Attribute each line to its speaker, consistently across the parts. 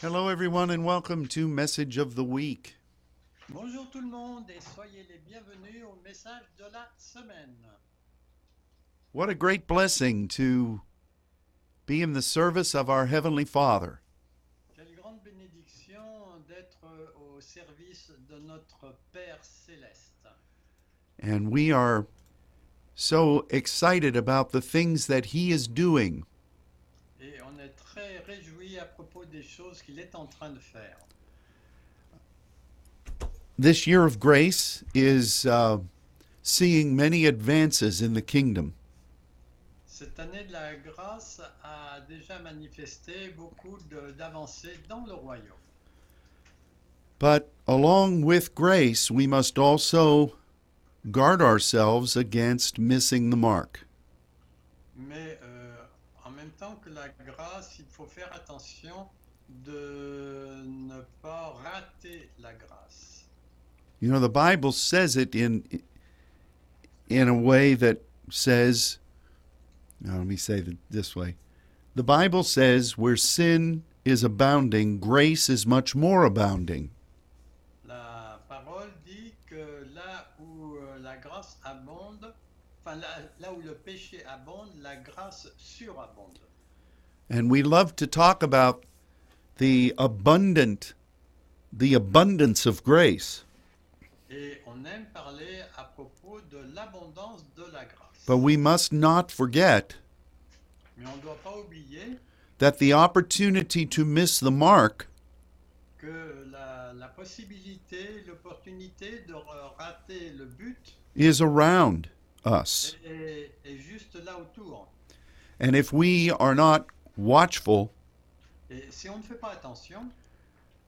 Speaker 1: Hello, everyone, and welcome to Message of the Week.
Speaker 2: Bonjour tout le monde et soyez les bienvenus au message de la semaine.
Speaker 1: What a great blessing to be in the service of our Heavenly Father.
Speaker 2: Quelle grande bénédiction d'être euh, au service de notre Père céleste.
Speaker 1: And we are so excited about the things that He is doing.
Speaker 2: Et on est très réjouis à propos des choses qu'il est en train de faire.
Speaker 1: This year of grace is uh, seeing many advances in the kingdom.
Speaker 2: Cette année de la grâce a déjà manifesté beaucoup de- d'avancées dans le royaume.
Speaker 1: But along with grace, we must also guard ourselves against missing the mark.
Speaker 2: Mais euh, en même temps que la grâce, il faut faire attention de ne pas rater la grâce.
Speaker 1: You know, the Bible says it in in a way that says, now let me say it this way: the Bible says, "Where sin is abounding, grace is much more abounding."
Speaker 2: La parole dit que là où euh, la grâce abonde, enfin là, là où le péché abonde, la grâce surabonde.
Speaker 1: And we love to talk about the abundant, the abundance of grace,
Speaker 2: Et on aime parler à propos de l'abondance de la grâce.
Speaker 1: but we must not forget
Speaker 2: Mais on ne doit pas oublier
Speaker 1: that the opportunity to miss the mark
Speaker 2: que la, la possibilité, l'opportunité de r- rater le but
Speaker 1: is around us,
Speaker 2: est, est juste là autour.
Speaker 1: and if we are not watchful.
Speaker 2: Et si on ne fait pas attention,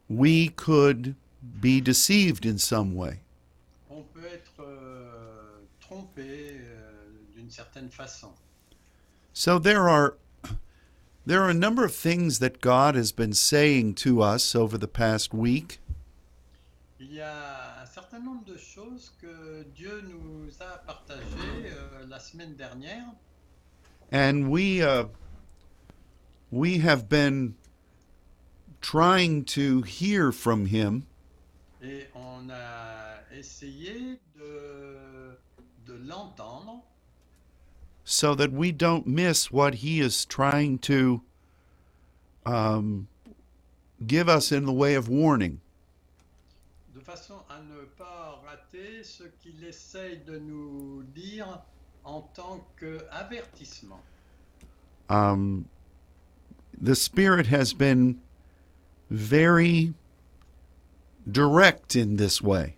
Speaker 1: we could be deceived in some way.
Speaker 2: on peut être euh, trompé euh, d'une certaine façon.
Speaker 1: So there are there are a number of things that God has been saying to us over the past week,
Speaker 2: Il y a un certain nombre de choses que Dieu nous a partagées euh, la semaine dernière
Speaker 1: and we uh, we have been trying to hear from Him
Speaker 2: et on a essayé de, de l'entendre
Speaker 1: so that we don't miss what He is trying to um, give us in the way of warning.
Speaker 2: de façon à ne pas rater ce qu'il essaye de nous dire en tant qu'avertissement.
Speaker 1: um, the Spirit has been very direct in this way.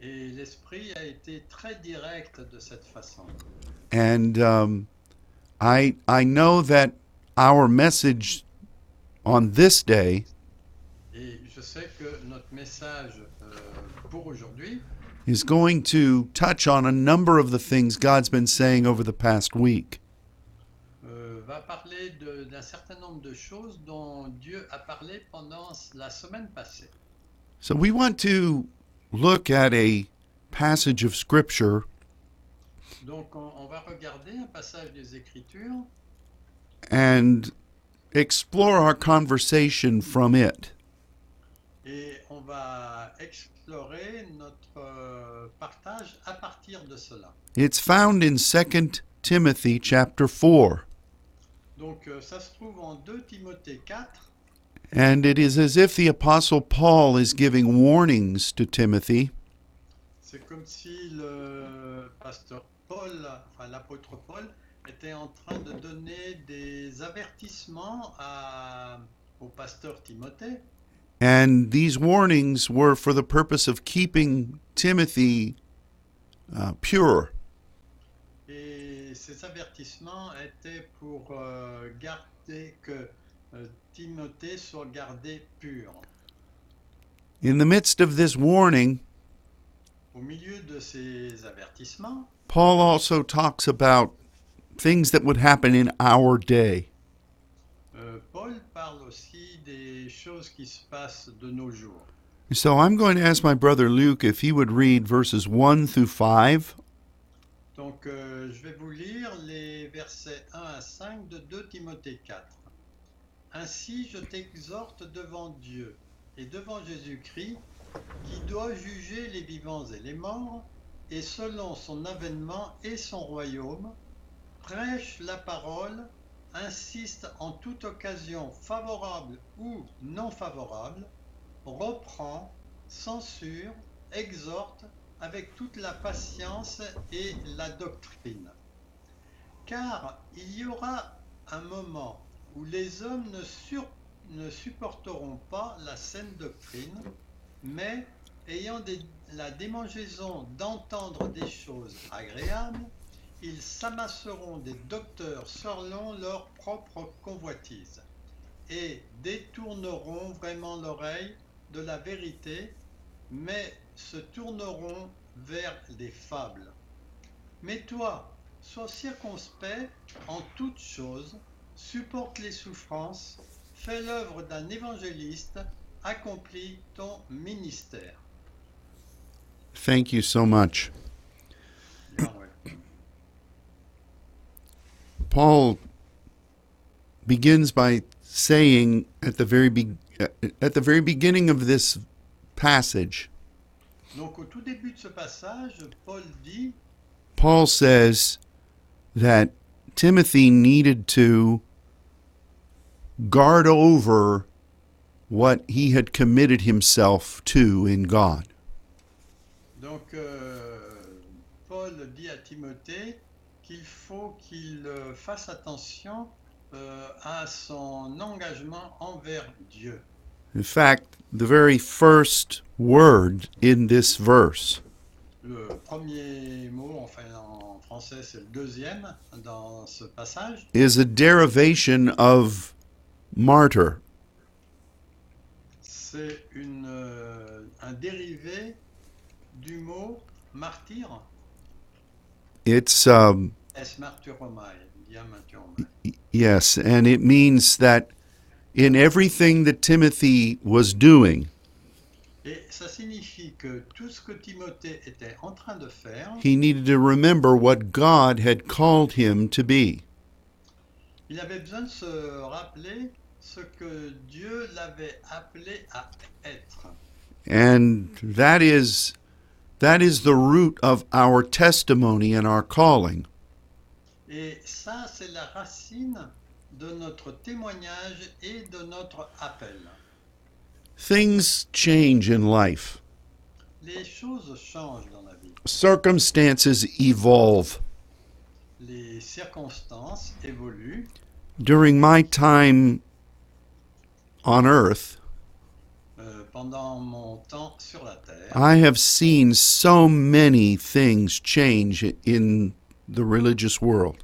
Speaker 2: Et l'esprit a été très direct de cette façon.
Speaker 1: And um, I, I know that our message on this day
Speaker 2: Et je sais que notre message euh, pour aujourd'hui
Speaker 1: is going to touch on a number of the things God's been saying over the past week.
Speaker 2: euh, va parler de- d'un certain nombre de choses dont Dieu a parlé pendant la semaine passée.
Speaker 1: So we want to look at a passage of Scripture
Speaker 2: Donc on, on va regarder un passage des Écritures
Speaker 1: and explore our conversation from it.
Speaker 2: et on va explorer notre euh, partage à partir de cela.
Speaker 1: It's found in 2 Timothy chapter 4,
Speaker 2: Donc euh, ça se trouve en 2 Timothée 4
Speaker 1: and it is as if the apostle Paul is giving warnings to Timothy
Speaker 2: C'est comme si le pasteur Paul, enfin l'apôtre Paul, était en train de donner des avertissements à- au pasteur Timothée.
Speaker 1: and these warnings were for the purpose of keeping Timothy uh, pure.
Speaker 2: Et ces avertissements étaient pour euh, garder que euh, Timothée soit gardé pur.
Speaker 1: In the midst of this warning,
Speaker 2: Au milieu de ces avertissements,
Speaker 1: Paul also talks about things that would happen in our day.
Speaker 2: euh, Paul parle aussi des choses qui se passent de nos jours.
Speaker 1: So I'm going to ask my brother Luke if he would read verses 1 through 5
Speaker 2: Donc, euh, je vais vous lire les versets 1 à 5 de 2 Timothée 4. Ainsi, je t'exhorte devant Dieu et devant Jésus-Christ, qui doit juger les vivants et les morts, et selon son avènement et son royaume, prêche la parole, insiste en toute occasion favorable ou non favorable, reprend, censure, exhorte avec toute la patience et la doctrine. Car il y aura un moment où les hommes ne, sur- ne supporteront pas la saine doctrine, mais ayant des- la démangeaison d'entendre des choses agréables, ils s'amasseront des docteurs selon leur propre convoitise et détourneront vraiment l'oreille de la vérité, mais se tourneront vers des fables. Mais toi, sois circonspect en toutes choses, supporte les souffrances, fais l'œuvre d'un évangéliste, accomplis ton ministère.
Speaker 1: Thank you so much.
Speaker 2: Emmanuel.
Speaker 1: Paul begins by saying at the very be- uh, at the very beginning of this passage,
Speaker 2: Donc au tout début de ce passage, Paul dit
Speaker 1: Paul says that Timothy needed to guard over what he had committed himself to in God.
Speaker 2: Donc, euh, Paul dit à Timothée qu'il faut qu'il euh, fasse attention euh, à son engagement envers Dieu.
Speaker 1: In fact, the very first word in this verse
Speaker 2: Le premier mot, enfin en français, c'est le deuxième dans ce passage.
Speaker 1: is a derivation of martyr.
Speaker 2: C'est une, euh, un dérivé du mot martyr.
Speaker 1: It's um,
Speaker 2: Es martyromai, diamartyromai.
Speaker 1: Yes, and it means that in everything that Timothy was doing,
Speaker 2: Et ça signifie que tout ce que Timothée était en train de faire,
Speaker 1: he needed to remember what God had called him to be.
Speaker 2: Il avait besoin de se rappeler ce que Dieu l'avait appelé à être.
Speaker 1: And that is that is the root of our testimony and our calling.
Speaker 2: Et ça, c'est la racine de notre témoignage et de notre appel.
Speaker 1: Things change in life.
Speaker 2: Les choses changent dans la vie.
Speaker 1: Circumstances evolve.
Speaker 2: Les circonstances évoluent.
Speaker 1: During my time on earth,
Speaker 2: Euh, pendant mon temps sur la Terre,
Speaker 1: I have seen so many things change in the religious world.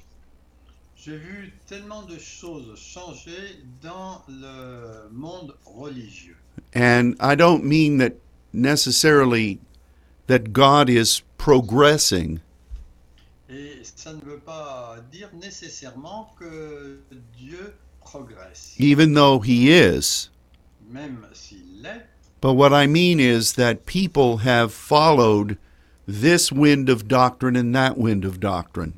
Speaker 2: j'ai vu tellement de choses changer dans le monde religieux.
Speaker 1: And I don't mean that necessarily that God is progressing,
Speaker 2: Et ça ne veut pas dire nécessairement que Dieu progresse.
Speaker 1: even though He is.
Speaker 2: même s'il l'est,
Speaker 1: But what I mean is that people have followed this wind of doctrine and that wind of doctrine.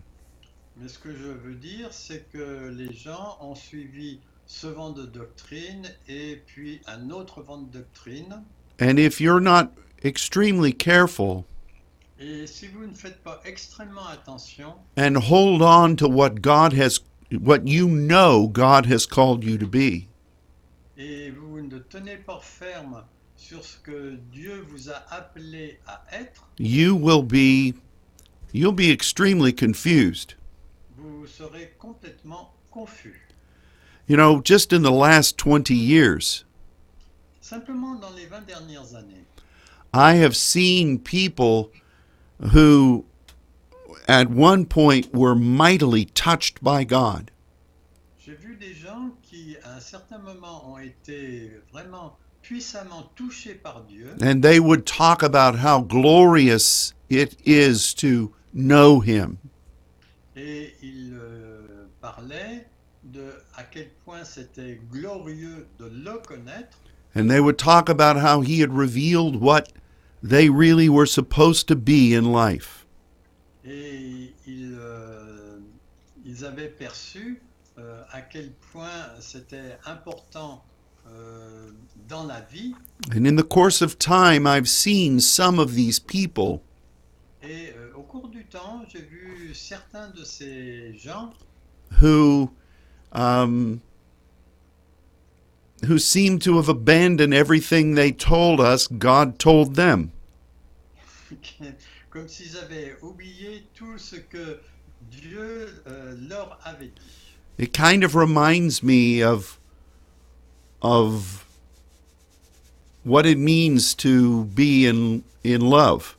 Speaker 2: mais ce que je veux dire, c'est que les gens ont suivi ce vent de doctrine et puis un autre vent de doctrine.
Speaker 1: And if you're not extremely careful
Speaker 2: Et si vous ne faites pas extrêmement attention
Speaker 1: and hold on to what God has, what you know God has called you to be,
Speaker 2: et vous ne tenez pas ferme sur ce que Dieu vous a appelé à être,
Speaker 1: you will be, you'll be extremely confused.
Speaker 2: vous serez complètement confus.
Speaker 1: You know, just in the last 20 years,
Speaker 2: Simplement dans les 20 dernières années,
Speaker 1: I have seen people who at one point were mightily touched by God,
Speaker 2: j'ai vu des gens qui à un certain moment ont été vraiment puissamment touchés par Dieu.
Speaker 1: and they would talk about how glorious it is to know Him.
Speaker 2: Et il euh, parlait de à quel point c'était glorieux de le connaître.
Speaker 1: And they would talk about how He had revealed what they really were supposed to be in life.
Speaker 2: Et il, euh, ils avaient perçu euh, à quel point c'était important euh, dans la vie.
Speaker 1: And in the course of time, I've seen some of these people
Speaker 2: Et euh, au cours du temps, j'ai vu certains de ces gens
Speaker 1: who, um, who seem to have abandoned everything they told us God told them.
Speaker 2: qui- comme s'ils avaient oublié tout ce que Dieu euh, leur avait dit.
Speaker 1: It kind of reminds me of of what it means to be in in love.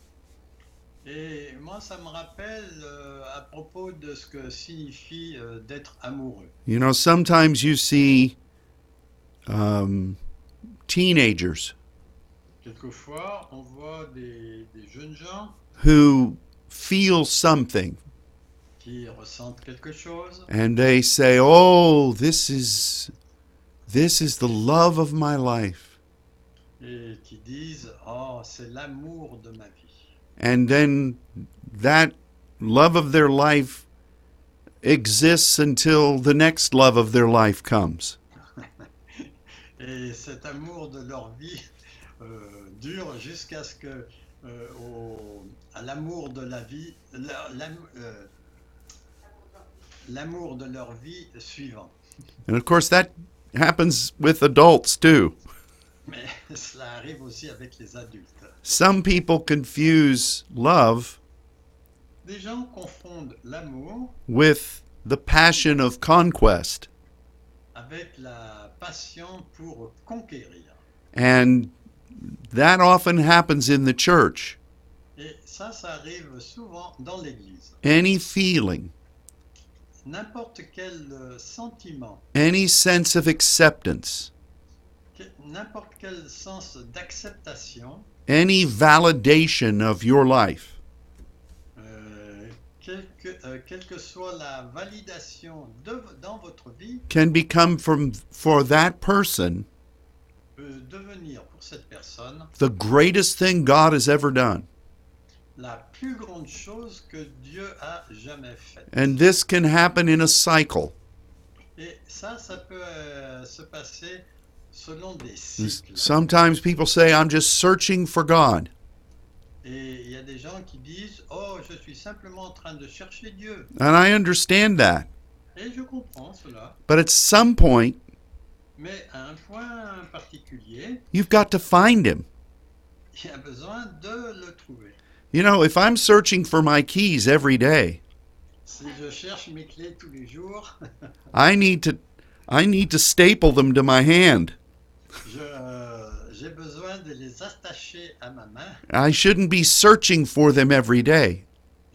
Speaker 2: Et moi, ça me rappelle euh, à propos de ce que signifie euh, d'être amoureux.
Speaker 1: You know, sometimes you see um, teenagers
Speaker 2: Quelquefois, on voit des, des jeunes gens
Speaker 1: who feel something
Speaker 2: qui ressentent quelque chose
Speaker 1: and they say, "Oh, this is this is the love of my life."
Speaker 2: et qui disent Oh, c'est l'amour de ma vie.
Speaker 1: And then that love of their life exists until the next love of their life comes.
Speaker 2: Et cet amour de leur vie euh, dure jusqu'à ce que, euh, au- à l'amour de la vie, la- l'am- euh, l'amour de leur vie suivant.
Speaker 1: And of course that happens with adults too.
Speaker 2: Mais cela arrive aussi avec les adultes.
Speaker 1: Some people confuse love
Speaker 2: Des gens confondent l'amour
Speaker 1: with the passion of conquest.
Speaker 2: avec la passion pour conquérir.
Speaker 1: And that often happens in the church.
Speaker 2: Et ça, ça arrive souvent dans l'Église.
Speaker 1: Any feeling,
Speaker 2: N'importe quel euh, sentiment,
Speaker 1: any sense of acceptance,
Speaker 2: que- n'importe quel sens d'acceptation,
Speaker 1: any validation of your life
Speaker 2: euh, quelle, que, euh, quelle que soit la validation de- dans votre vie,
Speaker 1: can become from for that person
Speaker 2: peut devenir pour cette personne
Speaker 1: the greatest thing God has ever done.
Speaker 2: la plus grande chose que Dieu a jamais faite.
Speaker 1: And this can happen in a cycle.
Speaker 2: Et ça, ça peut euh, se passer selon des cycles.
Speaker 1: Sometimes people say I'm just searching for God.
Speaker 2: Et il y a des gens qui disent Oh, je suis simplement en train de chercher Dieu.
Speaker 1: And I understand that.
Speaker 2: Et je comprends cela.
Speaker 1: But at some point
Speaker 2: Mais à un point particulier,
Speaker 1: you've got to find him.
Speaker 2: il y a besoin de le trouver.
Speaker 1: You know, if I'm searching for my keys every day,
Speaker 2: Si je cherche mes clés tous les jours,
Speaker 1: I need to I need to staple them to my hand.
Speaker 2: je, euh, j'ai besoin de les attacher à ma main.
Speaker 1: I shouldn't be searching for them every day.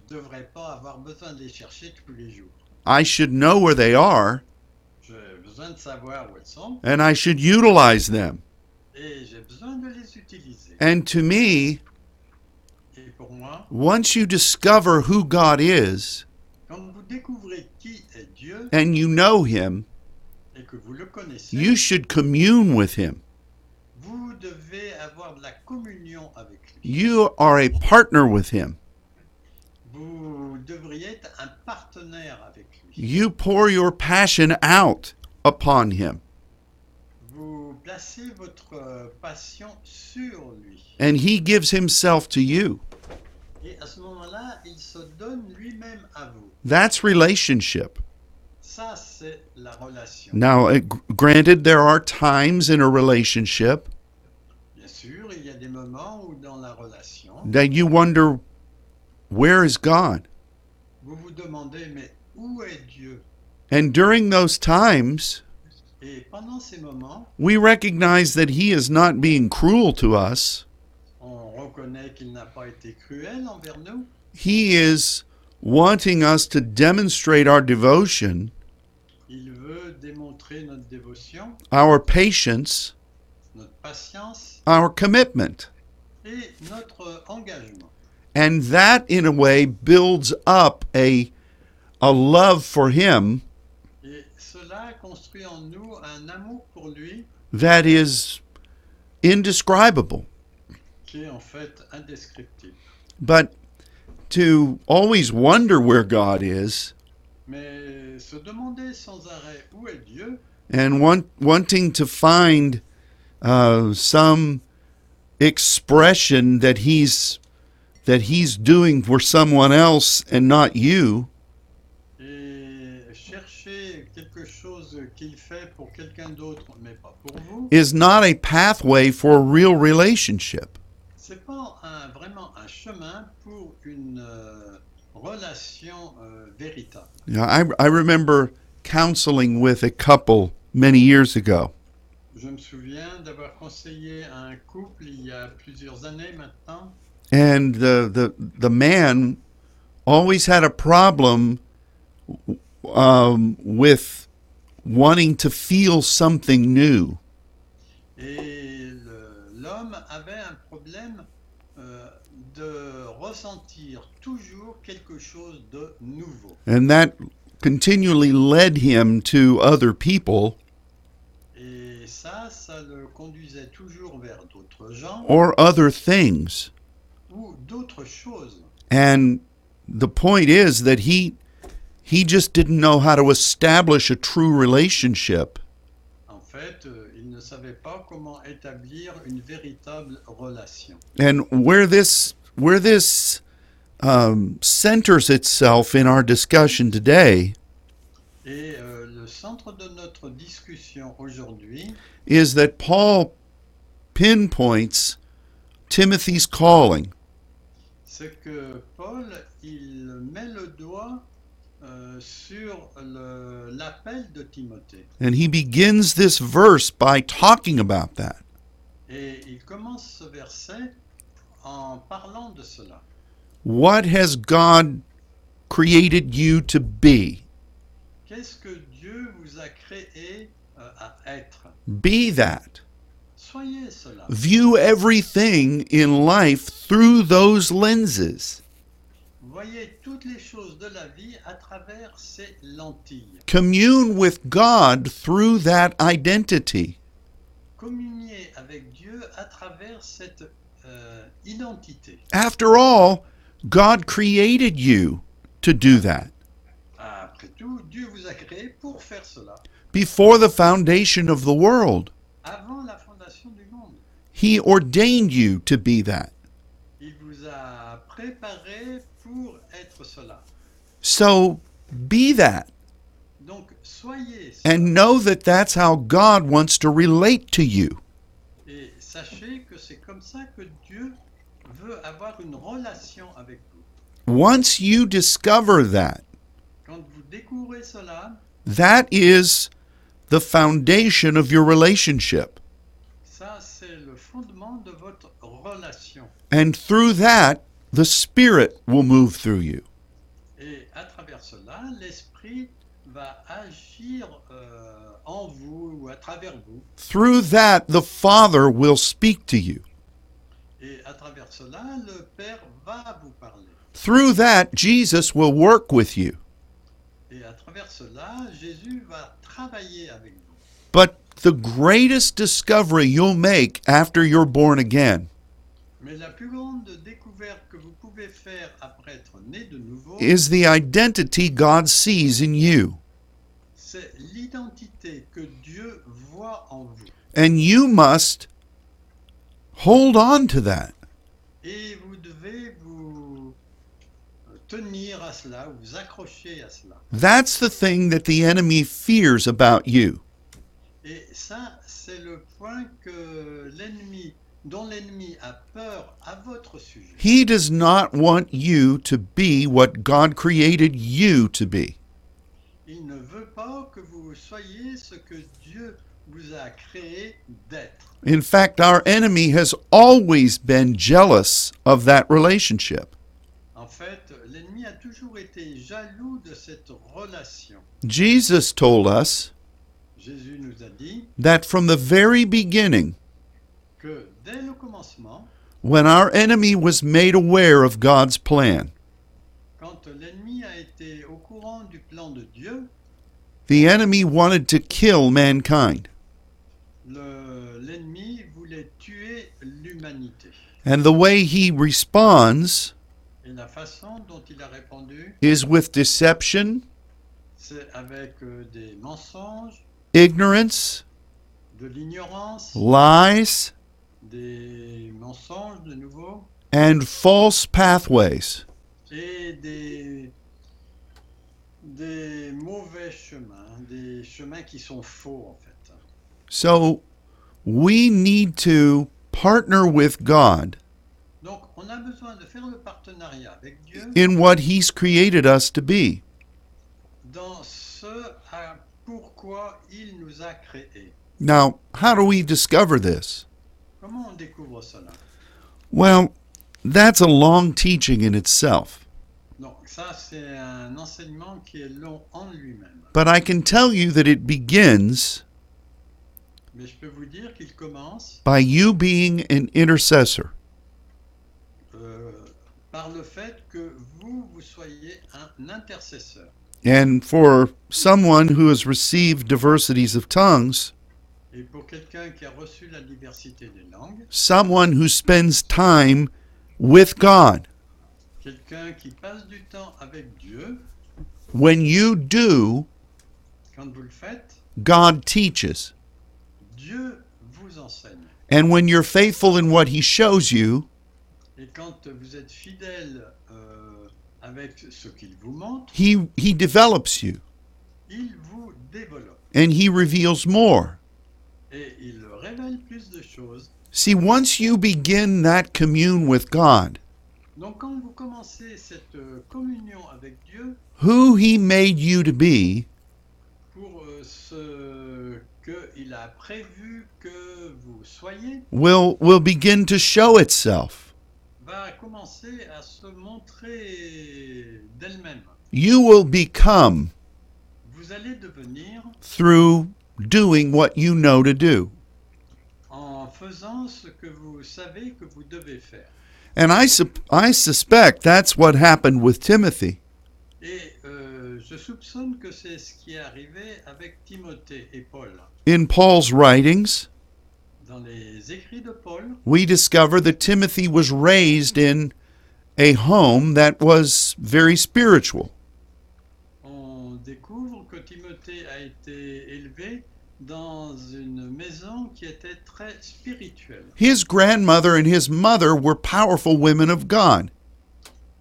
Speaker 2: Je ne devrais pas avoir besoin de les chercher tous les jours.
Speaker 1: I should know where they are
Speaker 2: J'ai besoin de savoir où elles sont
Speaker 1: and I should utilize them.
Speaker 2: et j'ai besoin de les utiliser.
Speaker 1: And to me,
Speaker 2: Et pour moi,
Speaker 1: once you discover who God is
Speaker 2: quand vous découvrez qui est Dieu
Speaker 1: and you know him,
Speaker 2: et que vous le connaissez,
Speaker 1: you should commune with him.
Speaker 2: Vous devez avoir de la communion avec lui.
Speaker 1: You are a partner with him.
Speaker 2: Vous devriez être un partenaire avec lui.
Speaker 1: You pour your passion out upon him
Speaker 2: Vous placez votre euh, passion sur lui.
Speaker 1: and he gives himself to you.
Speaker 2: Et à ce moment-là, il se donne lui-même à vous.
Speaker 1: That's relationship.
Speaker 2: Ça, c'est la relation.
Speaker 1: Now, uh, gr- granted, there are times in a relationship
Speaker 2: Bien sûr, il y a des moments où dans la relation,
Speaker 1: that you wonder, where is God?
Speaker 2: vous vous demandez, mais où est Dieu
Speaker 1: And during those times,
Speaker 2: Et pendant ces moments,
Speaker 1: we recognize that He is not being cruel to us.
Speaker 2: on reconnaît qu'il n'a pas été cruel envers nous.
Speaker 1: He is wanting us to demonstrate our devotion,
Speaker 2: Il veut démontrer notre dévotion,
Speaker 1: our patience,
Speaker 2: notre patience
Speaker 1: our commitment.
Speaker 2: et notre engagement.
Speaker 1: And that, in a way, builds up a, a love for Him
Speaker 2: Et cela construit en nous un amour pour lui
Speaker 1: that is indescribable.
Speaker 2: qui est en fait indescriptible.
Speaker 1: But to always wonder where God is
Speaker 2: Mais se demander sans arrêt où est Dieu
Speaker 1: and want, wanting to find uh, some expression that he's that he's doing for someone else and not you
Speaker 2: et chercher quelque chose qu'il fait pour quelqu'un d'autre, mais pas pour vous,
Speaker 1: is not a pathway for a real relationship.
Speaker 2: c'est pas un- vraiment un chemin pour une euh, relation euh, véritable.
Speaker 1: You know, I I remember counseling with a couple many years ago
Speaker 2: Je me souviens d'avoir conseillé à un couple il y a plusieurs années maintenant,
Speaker 1: and the the the man always had a problem um, with wanting to feel something new.
Speaker 2: et le- l'homme avait un problème euh, de ressentir toujours quelque chose de nouveau.
Speaker 1: And that continually led him to other people
Speaker 2: Et ça, ça le conduisait toujours vers d'autres gens
Speaker 1: or other things.
Speaker 2: ou d'autres choses.
Speaker 1: And the point is that he he just didn't know how to establish a true relationship.
Speaker 2: En fait, euh, il ne savait pas comment établir une véritable relation.
Speaker 1: And where this where this um, centers itself in our discussion today
Speaker 2: Et euh, le centre de notre discussion aujourd'hui,
Speaker 1: is that Paul pinpoints Timothy's calling.
Speaker 2: c'est que Paul, il met le doigt euh, sur le- l'appel de Timothée.
Speaker 1: And he begins this verse by talking about that.
Speaker 2: Et il commence ce verset en parlant de cela.
Speaker 1: What has God created you to be?
Speaker 2: Qu'est-ce que Dieu vous a créé euh, à être
Speaker 1: Be that.
Speaker 2: Soyez cela.
Speaker 1: View everything in life through those lenses.
Speaker 2: Voyez toutes les choses de la vie à travers ces lentilles.
Speaker 1: Commune with God through that identity.
Speaker 2: Communiez avec Dieu à travers cette euh, identité.
Speaker 1: After all, God created you to do that
Speaker 2: Après tout, Dieu vous a créé pour faire cela.
Speaker 1: before the foundation of the world.
Speaker 2: Avant la fondation du monde,
Speaker 1: He ordained you to be that.
Speaker 2: il vous a préparé pour être cela.
Speaker 1: So be that
Speaker 2: Donc soyez cela.
Speaker 1: and know that that's how God wants to relate to you.
Speaker 2: et sachez que c'est comme ça que Dieu veut avoir une relation avec vous.
Speaker 1: Once you discover that,
Speaker 2: Quand vous découvrez cela,
Speaker 1: that is the foundation of your relationship.
Speaker 2: ça c'est le fondement de votre relation.
Speaker 1: And through that, the Spirit will move through you.
Speaker 2: Et à travers cela, l'esprit va agir euh, en vous ou à travers vous.
Speaker 1: Through that, the Father will speak to you.
Speaker 2: Et à travers cela, le Père va vous parler.
Speaker 1: Through that, Jesus will work with you.
Speaker 2: Et à travers cela, Jésus va travailler avec vous.
Speaker 1: But the greatest discovery you'll make after you're born again
Speaker 2: Mais la plus grande découverte que vous pouvez faire après être né de nouveau,
Speaker 1: is the identity God sees in you.
Speaker 2: c'est l'identité que Dieu voit en vous.
Speaker 1: And you must hold on to that.
Speaker 2: Et vous devez vous tenir à cela, vous accrocher à cela.
Speaker 1: That's the thing that the enemy fears about you.
Speaker 2: Et ça, c'est le point que l'ennemi, dont l'ennemi a peur à votre sujet.
Speaker 1: He does not want you to be what God created you to be.
Speaker 2: Il ne veut pas que vous soyez ce que Dieu vous a créé d'être.
Speaker 1: In fact, our enemy has always been jealous of that relationship.
Speaker 2: En fait, l'ennemi a toujours été jaloux de cette relation.
Speaker 1: Jesus told us
Speaker 2: Jésus nous a dit
Speaker 1: that from the very beginning,
Speaker 2: que dès le commencement,
Speaker 1: when our enemy was made aware of God's plan,
Speaker 2: quand l'ennemi a été au courant du plan de Dieu,
Speaker 1: the enemy wanted to kill mankind.
Speaker 2: le- l'ennemi voulait tuer l'humanité.
Speaker 1: And the way he responds
Speaker 2: Et la façon dont il a répondu,
Speaker 1: is with deception,
Speaker 2: c'est avec euh, des mensonges,
Speaker 1: ignorance,
Speaker 2: de l'ignorance,
Speaker 1: lies,
Speaker 2: des mensonges de nouveau,
Speaker 1: and false pathways.
Speaker 2: et des, des mauvais chemins, des chemins qui sont faux en fait.
Speaker 1: So we need to partner with God
Speaker 2: Donc on a besoin de faire le partenariat avec Dieu
Speaker 1: in what He's created us to be.
Speaker 2: dans ce à pourquoi il nous a créés.
Speaker 1: Now, how do we discover this?
Speaker 2: Comment on découvre cela
Speaker 1: Well, that's a long teaching in itself,
Speaker 2: Donc ça c'est un enseignement qui est long en lui-même.
Speaker 1: but I can tell you that it begins
Speaker 2: Mais je peux vous dire qu'il commence
Speaker 1: by you being an intercessor.
Speaker 2: euh, par le fait que vous, vous soyez un intercesseur.
Speaker 1: And for someone who has received diversities of tongues,
Speaker 2: Et pour quelqu'un qui a reçu la diversité des langues,
Speaker 1: someone who spends time with God,
Speaker 2: quelqu'un qui passe du temps avec Dieu,
Speaker 1: when you do,
Speaker 2: quand vous le faites,
Speaker 1: God teaches.
Speaker 2: Dieu vous enseigne.
Speaker 1: And when you're faithful in what He shows you,
Speaker 2: Et quand vous êtes fidèle euh, avec ce qu'il vous montre,
Speaker 1: He, he develops you
Speaker 2: il vous développe
Speaker 1: and He reveals more.
Speaker 2: et il révèle plus de choses.
Speaker 1: See, once you begin that commune with God,
Speaker 2: Donc quand vous commencez cette euh, communion avec Dieu
Speaker 1: who He made you to be
Speaker 2: pour euh, ce qu'il a prévu que vous soyez,
Speaker 1: will, will begin to show itself.
Speaker 2: va commencer à se montrer d'elle-même.
Speaker 1: You will become
Speaker 2: Vous allez devenir
Speaker 1: through doing what you know to do.
Speaker 2: en faisant ce que vous savez que vous devez faire.
Speaker 1: And I, sup I suspect that's what happened with Timothy.
Speaker 2: Et euh, je soupçonne que c'est ce qui est arrivé avec Timothée et Paul.
Speaker 1: In Paul's writings,
Speaker 2: Dans les écrits de Paul,
Speaker 1: we discover that Timothy was raised in a home that was very spiritual.
Speaker 2: on découvre que Timothée a été élevé dans une maison qui était très spirituelle.
Speaker 1: His grandmother and his mother were powerful women of God.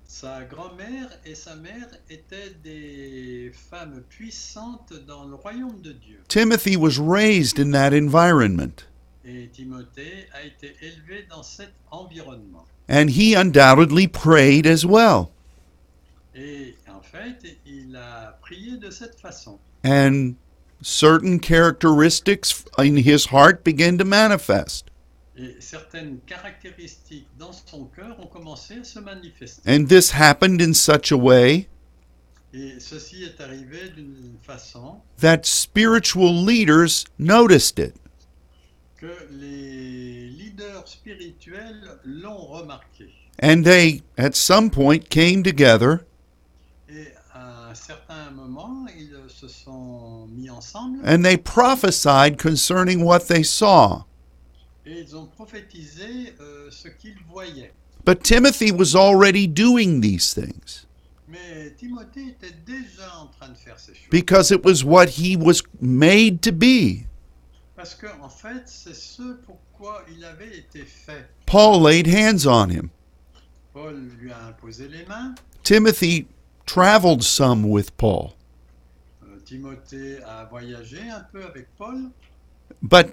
Speaker 2: Sa grand-mère et sa mère étaient des femmes puissantes dans le royaume de Dieu.
Speaker 1: Timothy was raised in that environment,
Speaker 2: Et Timothée a été élevé dans cet environnement.
Speaker 1: and he undoubtedly prayed as well.
Speaker 2: Et en fait, il a prié de cette façon.
Speaker 1: And certain characteristics in his heart began to manifest.
Speaker 2: Et certaines caractéristiques dans son cœur ont commencé à se manifester.
Speaker 1: And this happened in such a way
Speaker 2: Et ceci est arrivé d'une façon
Speaker 1: that spiritual leaders noticed it.
Speaker 2: que les leaders spirituels l'ont remarqué.
Speaker 1: And they, at some point, came together
Speaker 2: Et à un certain moment, ils se sont mis ensemble
Speaker 1: and they prophesied concerning what they saw.
Speaker 2: et ils ont prophétisé euh, ce qu'ils voyaient.
Speaker 1: But Timothy was already doing these things
Speaker 2: Mais Timothée était déjà en train de faire ces choses.
Speaker 1: because it was what he was made to be.
Speaker 2: Parce que, en fait, c'est ce pourquoi il avait été fait.
Speaker 1: Paul laid hands on him.
Speaker 2: Paul lui a imposé les mains,
Speaker 1: Timothy traveled some with Paul,
Speaker 2: euh, Timothée a voyagé un peu avec Paul,
Speaker 1: but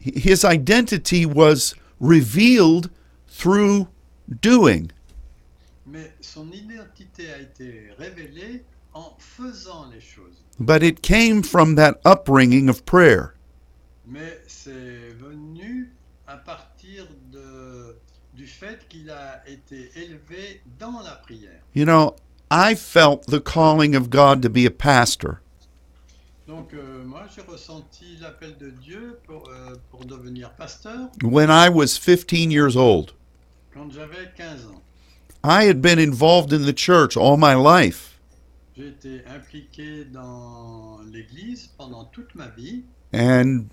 Speaker 1: his identity was revealed through doing.
Speaker 2: mais son identité a été révélée en faisant les choses.
Speaker 1: But it came from that upbringing of prayer.
Speaker 2: mais c'est venu à partir de, du fait qu'il a été élevé dans la prière.
Speaker 1: You know, I felt the calling of God to be a pastor.
Speaker 2: Donc euh, moi j'ai ressenti l'appel de Dieu pour, euh, pour devenir pasteur
Speaker 1: When I was 15 years old,
Speaker 2: quand j'avais 15 ans.
Speaker 1: I had been involved in the church all my life,
Speaker 2: J'ai été impliqué dans l'Église pendant toute ma vie,
Speaker 1: and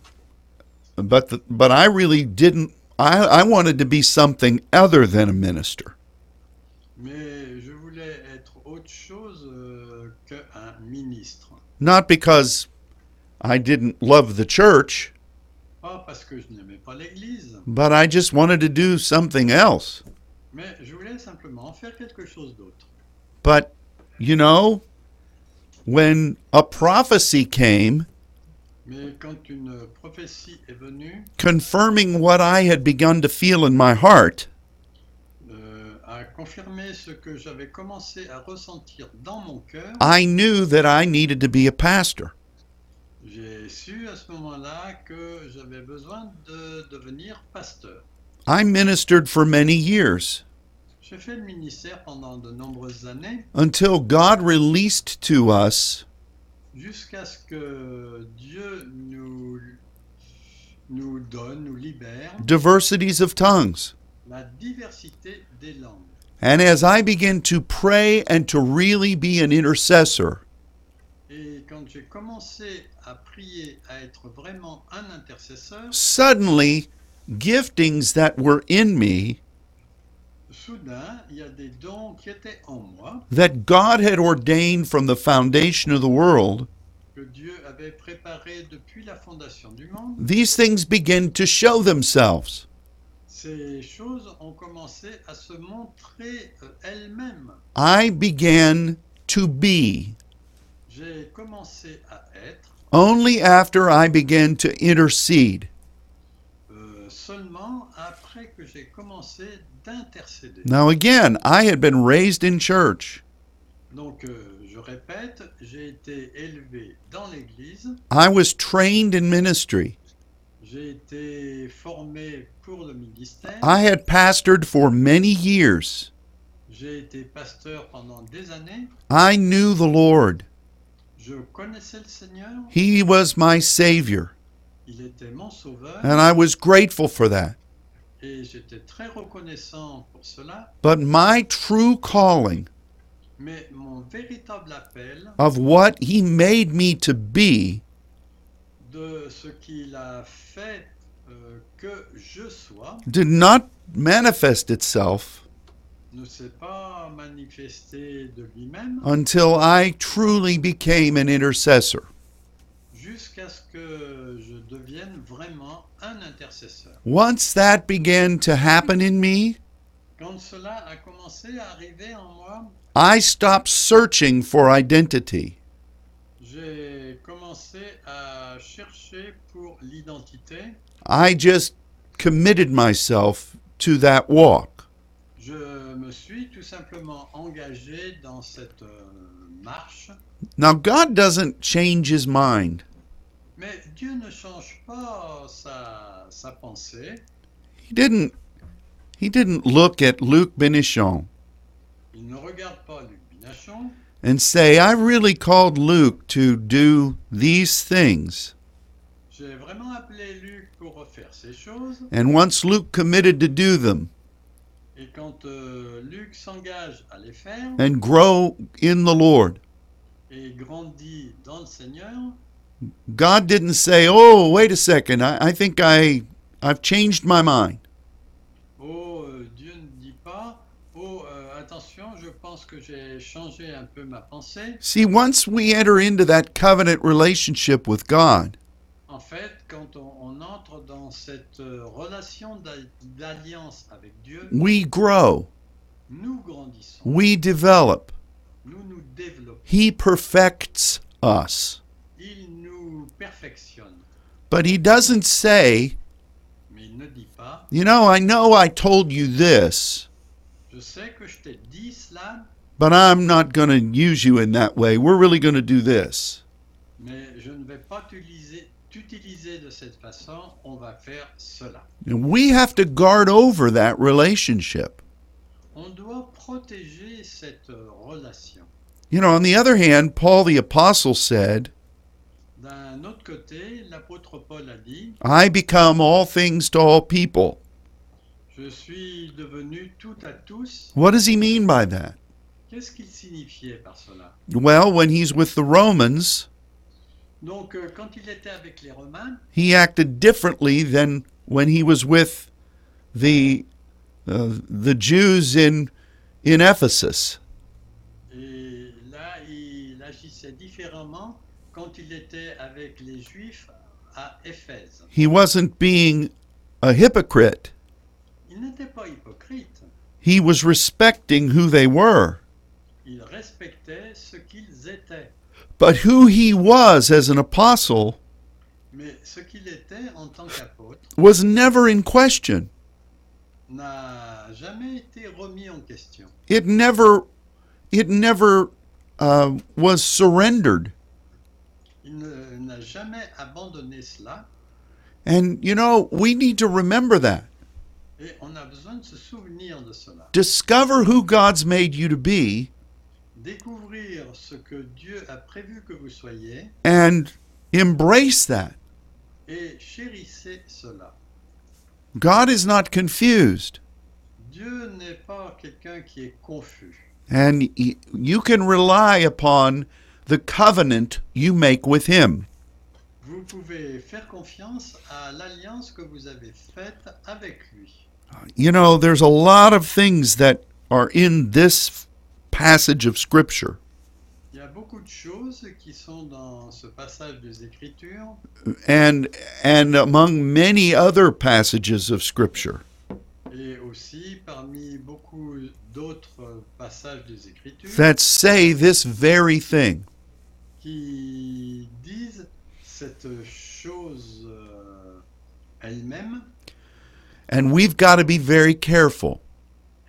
Speaker 1: but the, but I really didn't. I, I wanted to be something other than a minister.
Speaker 2: mais je voulais être autre chose euh, qu'un ministre.
Speaker 1: not because I didn't love the church,
Speaker 2: Pas parce que je n'aimais pas l'Église,
Speaker 1: but I just wanted to do something else.
Speaker 2: mais je voulais simplement faire quelque chose d'autre.
Speaker 1: But, you know, when a prophecy came
Speaker 2: Mais quand une prophétie est venue,
Speaker 1: confirming what I had begun to feel in my heart,
Speaker 2: euh, a confirmé ce que j'avais commencé à ressentir dans mon cœur,
Speaker 1: I knew that I needed to be a pastor.
Speaker 2: j'ai su à ce moment-là que j'avais besoin de devenir pasteur.
Speaker 1: I ministered for many years
Speaker 2: J'ai fait le ministère pendant de nombreuses années
Speaker 1: until God released to us
Speaker 2: jusqu'à ce que Dieu nous, nous donne, nous libère
Speaker 1: diversities of tongues.
Speaker 2: la diversité des langues.
Speaker 1: And as I began to pray and to really be an intercessor,
Speaker 2: Et quand j'ai commencé à prier, à être vraiment un intercesseur,
Speaker 1: suddenly giftings that were in me
Speaker 2: soudain, il y a des dons qui étaient en moi,
Speaker 1: that God had ordained from the foundation of the world,
Speaker 2: que Dieu avait préparés depuis la fondation du monde.
Speaker 1: these things begin to show themselves.
Speaker 2: Ces choses ont commencé à se montrer euh, elles-mêmes.
Speaker 1: I began to be
Speaker 2: J'ai commencé à être
Speaker 1: only after I began to intercede.
Speaker 2: euh, seulement après que j'ai commencé d'intercéder.
Speaker 1: Now, again, I had been raised in church.
Speaker 2: Donc, euh, je répète, j'ai été élevé dans l'Église,
Speaker 1: I was trained in ministry.
Speaker 2: j'ai été formé pour le ministère,
Speaker 1: I had pastored for many years.
Speaker 2: j'ai été pasteur pendant des années,
Speaker 1: I knew the Lord.
Speaker 2: je connaissais le Seigneur,
Speaker 1: He was my Savior,
Speaker 2: il était mon sauveur,
Speaker 1: and I was grateful for that.
Speaker 2: et j'étais très reconnaissant pour cela,
Speaker 1: But my true calling
Speaker 2: mais mon véritable appel
Speaker 1: of what He made me to be
Speaker 2: de ce qu'il a fait euh, que je sois
Speaker 1: did not manifest itself
Speaker 2: ne s'est pas manifesté de lui-même
Speaker 1: until I truly became an intercessor.
Speaker 2: jusqu'à ce que je devienne vraiment un intercesseur.
Speaker 1: Once that began to happen in me,
Speaker 2: Quand cela a commencé à arriver en moi,
Speaker 1: I stopped searching for identity.
Speaker 2: j'ai commencé à chercher pour l'identité.
Speaker 1: I just committed myself to that walk.
Speaker 2: Je me suis tout simplement engagé dans cette euh, marche.
Speaker 1: Now, God doesn't change his mind,
Speaker 2: Mais Dieu ne change pas sa, sa pensée.
Speaker 1: he didn't, he didn't look at Luc Benichon
Speaker 2: Il ne regarde pas Luc Binachon
Speaker 1: and say, I really called Luke to do these things.
Speaker 2: J'ai vraiment appelé Luc pour refaire ces choses.
Speaker 1: And once Luke committed to do them
Speaker 2: Et quand euh, Luc s'engage à les faire
Speaker 1: and grow in the Lord,
Speaker 2: et grandit dans le Seigneur,
Speaker 1: God didn't say, Oh, wait a second, I, I think I, I've changed my mind.
Speaker 2: oh, euh, Dieu ne dit pas, oh, euh, attention, je pense que j'ai changé un peu ma pensée.
Speaker 1: See, once we enter into that covenant relationship with God,
Speaker 2: En fait, quand on, on entre dans cette euh, relation d'a- d'alliance avec Dieu,
Speaker 1: we grow,
Speaker 2: nous grandissons,
Speaker 1: we develop.
Speaker 2: nous nous développons,
Speaker 1: He perfects us.
Speaker 2: il nous perfectionne.
Speaker 1: But He doesn't say,
Speaker 2: Mais il ne dit pas,
Speaker 1: You know, I know I told you this,
Speaker 2: je sais que je t'ai dit cela,
Speaker 1: but I'm not going to use you in that way. We're really going to do this.
Speaker 2: mais je ne vais pas t'utiliser- t'utiliser de cette façon, on va faire cela.
Speaker 1: And we have to guard over that relationship.
Speaker 2: On doit protéger cette euh, relation.
Speaker 1: You know, on the other hand, Paul the Apostle said,
Speaker 2: D'un autre côté, l'apôtre Paul a dit,
Speaker 1: I become all things to all people.
Speaker 2: je suis devenu tout à tous.
Speaker 1: What does he mean by that?
Speaker 2: Qu'est-ce qu'il signifiait par cela
Speaker 1: Well, when he's with the Romans,
Speaker 2: Donc, euh, quand il était avec les Romains,
Speaker 1: he acted differently than when he was with the uh, the Jews in in Ephesus.
Speaker 2: et là, il agissait différemment quand il était avec les Juifs à Éphèse.
Speaker 1: He wasn't being a hypocrite,
Speaker 2: Il n'était pas hypocrite,
Speaker 1: he was respecting who they were.
Speaker 2: il respectait ce qu'ils étaient.
Speaker 1: But who he was as an apostle
Speaker 2: Mais ce qu'il était en tant qu'apôtre
Speaker 1: was never in question.
Speaker 2: n'a jamais été remis en question.
Speaker 1: It never, it never uh, was surrendered.
Speaker 2: Il ne- n'a jamais abandonné cela
Speaker 1: And you know, we need to remember that.
Speaker 2: et on a besoin de se souvenir de cela.
Speaker 1: Discover who God's made you to be
Speaker 2: Découvrir ce que Dieu a prévu que vous soyez
Speaker 1: and embrace that.
Speaker 2: et chérissez cela.
Speaker 1: God is not confused.
Speaker 2: Dieu n'est pas quelqu'un qui est confus.
Speaker 1: And y- you can rely upon the covenant you make with Him.
Speaker 2: Vous pouvez faire confiance à l'alliance que vous avez faite avec lui.
Speaker 1: You know, there's a lot of things that are in this passage of Scripture.
Speaker 2: Il y a beaucoup de choses qui sont dans ce passage des Écritures
Speaker 1: and and among many other passages of scripture
Speaker 2: et aussi parmi beaucoup d'autres passages des Écritures
Speaker 1: that say this very thing
Speaker 2: qui disent cette chose euh, elle-même
Speaker 1: and we've got to be very careful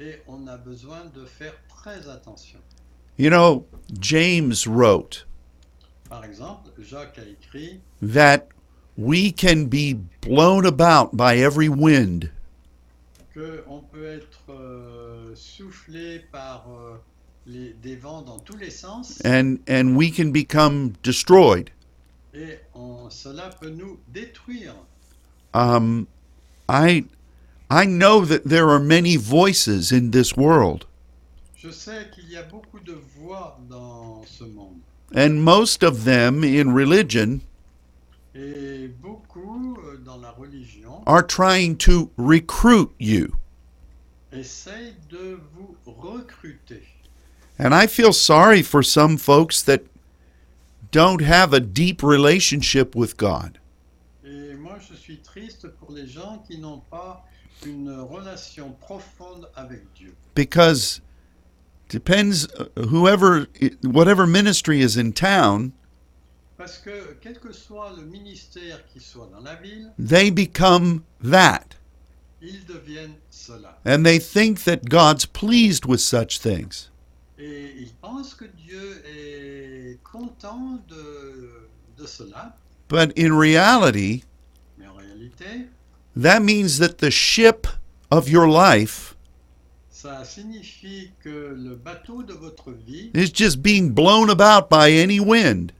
Speaker 2: et on a besoin de faire très attention.
Speaker 1: you know james wrote
Speaker 2: Par exemple, Jacques a écrit
Speaker 1: that we can be blown about by every wind
Speaker 2: que on peut être euh, soufflé par euh, les, des vents dans tous les sens
Speaker 1: and and we can become destroyed
Speaker 2: et on- cela peut nous détruire.
Speaker 1: um i i know that there are many voices in this world
Speaker 2: Je sais qu'il y a beaucoup de voix dans ce monde
Speaker 1: and most of them in religion
Speaker 2: et beaucoup euh, dans la religion
Speaker 1: are trying to recruit you
Speaker 2: essayent de vous recruter.
Speaker 1: And I feel sorry for some folks that don't have a deep relationship with God.
Speaker 2: Et moi, je suis triste pour les gens qui n'ont pas une relation profonde avec Dieu.
Speaker 1: Because depends uh, whoever whatever ministry is in town,
Speaker 2: Parce que quel que soit le ministère qui soit dans la ville,
Speaker 1: they become that.
Speaker 2: ils deviennent cela.
Speaker 1: And they think that God's pleased with such things.
Speaker 2: Et ils pensent que Dieu est content de, de cela.
Speaker 1: But in reality,
Speaker 2: Mais en réalité,
Speaker 1: that means that the ship of your life
Speaker 2: ça signifie que le bateau de votre vie
Speaker 1: is just being blown about by any wind.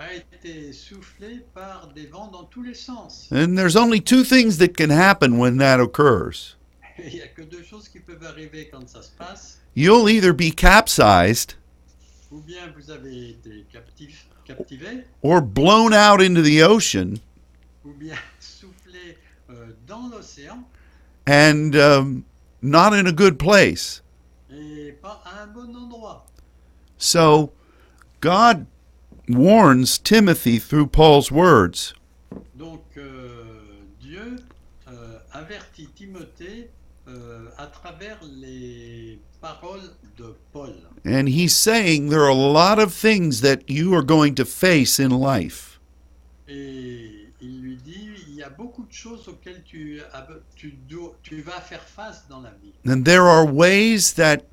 Speaker 2: a été soufflé par des vents dans tous les sens.
Speaker 1: And there's only two things that can happen when that occurs.
Speaker 2: Il n'y a que deux choses qui peuvent arriver quand ça se passe.
Speaker 1: You'll either be capsized
Speaker 2: Ou bien vous avez été captif, captivé,
Speaker 1: or blown out into the ocean,
Speaker 2: ou bien soufflé euh, dans l'océan
Speaker 1: and um, not in a good place.
Speaker 2: et pas à un bon endroit.
Speaker 1: So, God warns Timothy through Paul's words
Speaker 2: Donc euh, Dieu euh, avertit Timothée euh, à travers les paroles de Paul.
Speaker 1: and he's saying there are a lot of things that you are going to face in life.
Speaker 2: Et il lui dit, il y a beaucoup de choses auxquelles tu, as- tu dois- tu vas faire face dans la vie.
Speaker 1: And there are ways that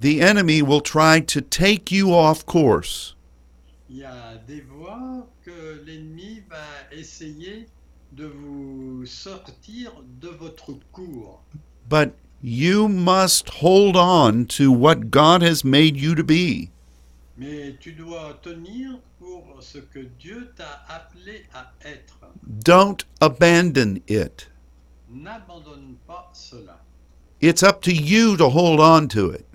Speaker 1: the enemy will try to take you off course.
Speaker 2: Il y a des voies que l'ennemi va essayer de vous sortir de votre cours.
Speaker 1: But you must hold on to what God has made you to be.
Speaker 2: Mais tu dois tenir pour ce que Dieu t'a appelé à être.
Speaker 1: Don't abandon it.
Speaker 2: N'abandonne pas cela.
Speaker 1: It's up to you to hold on to it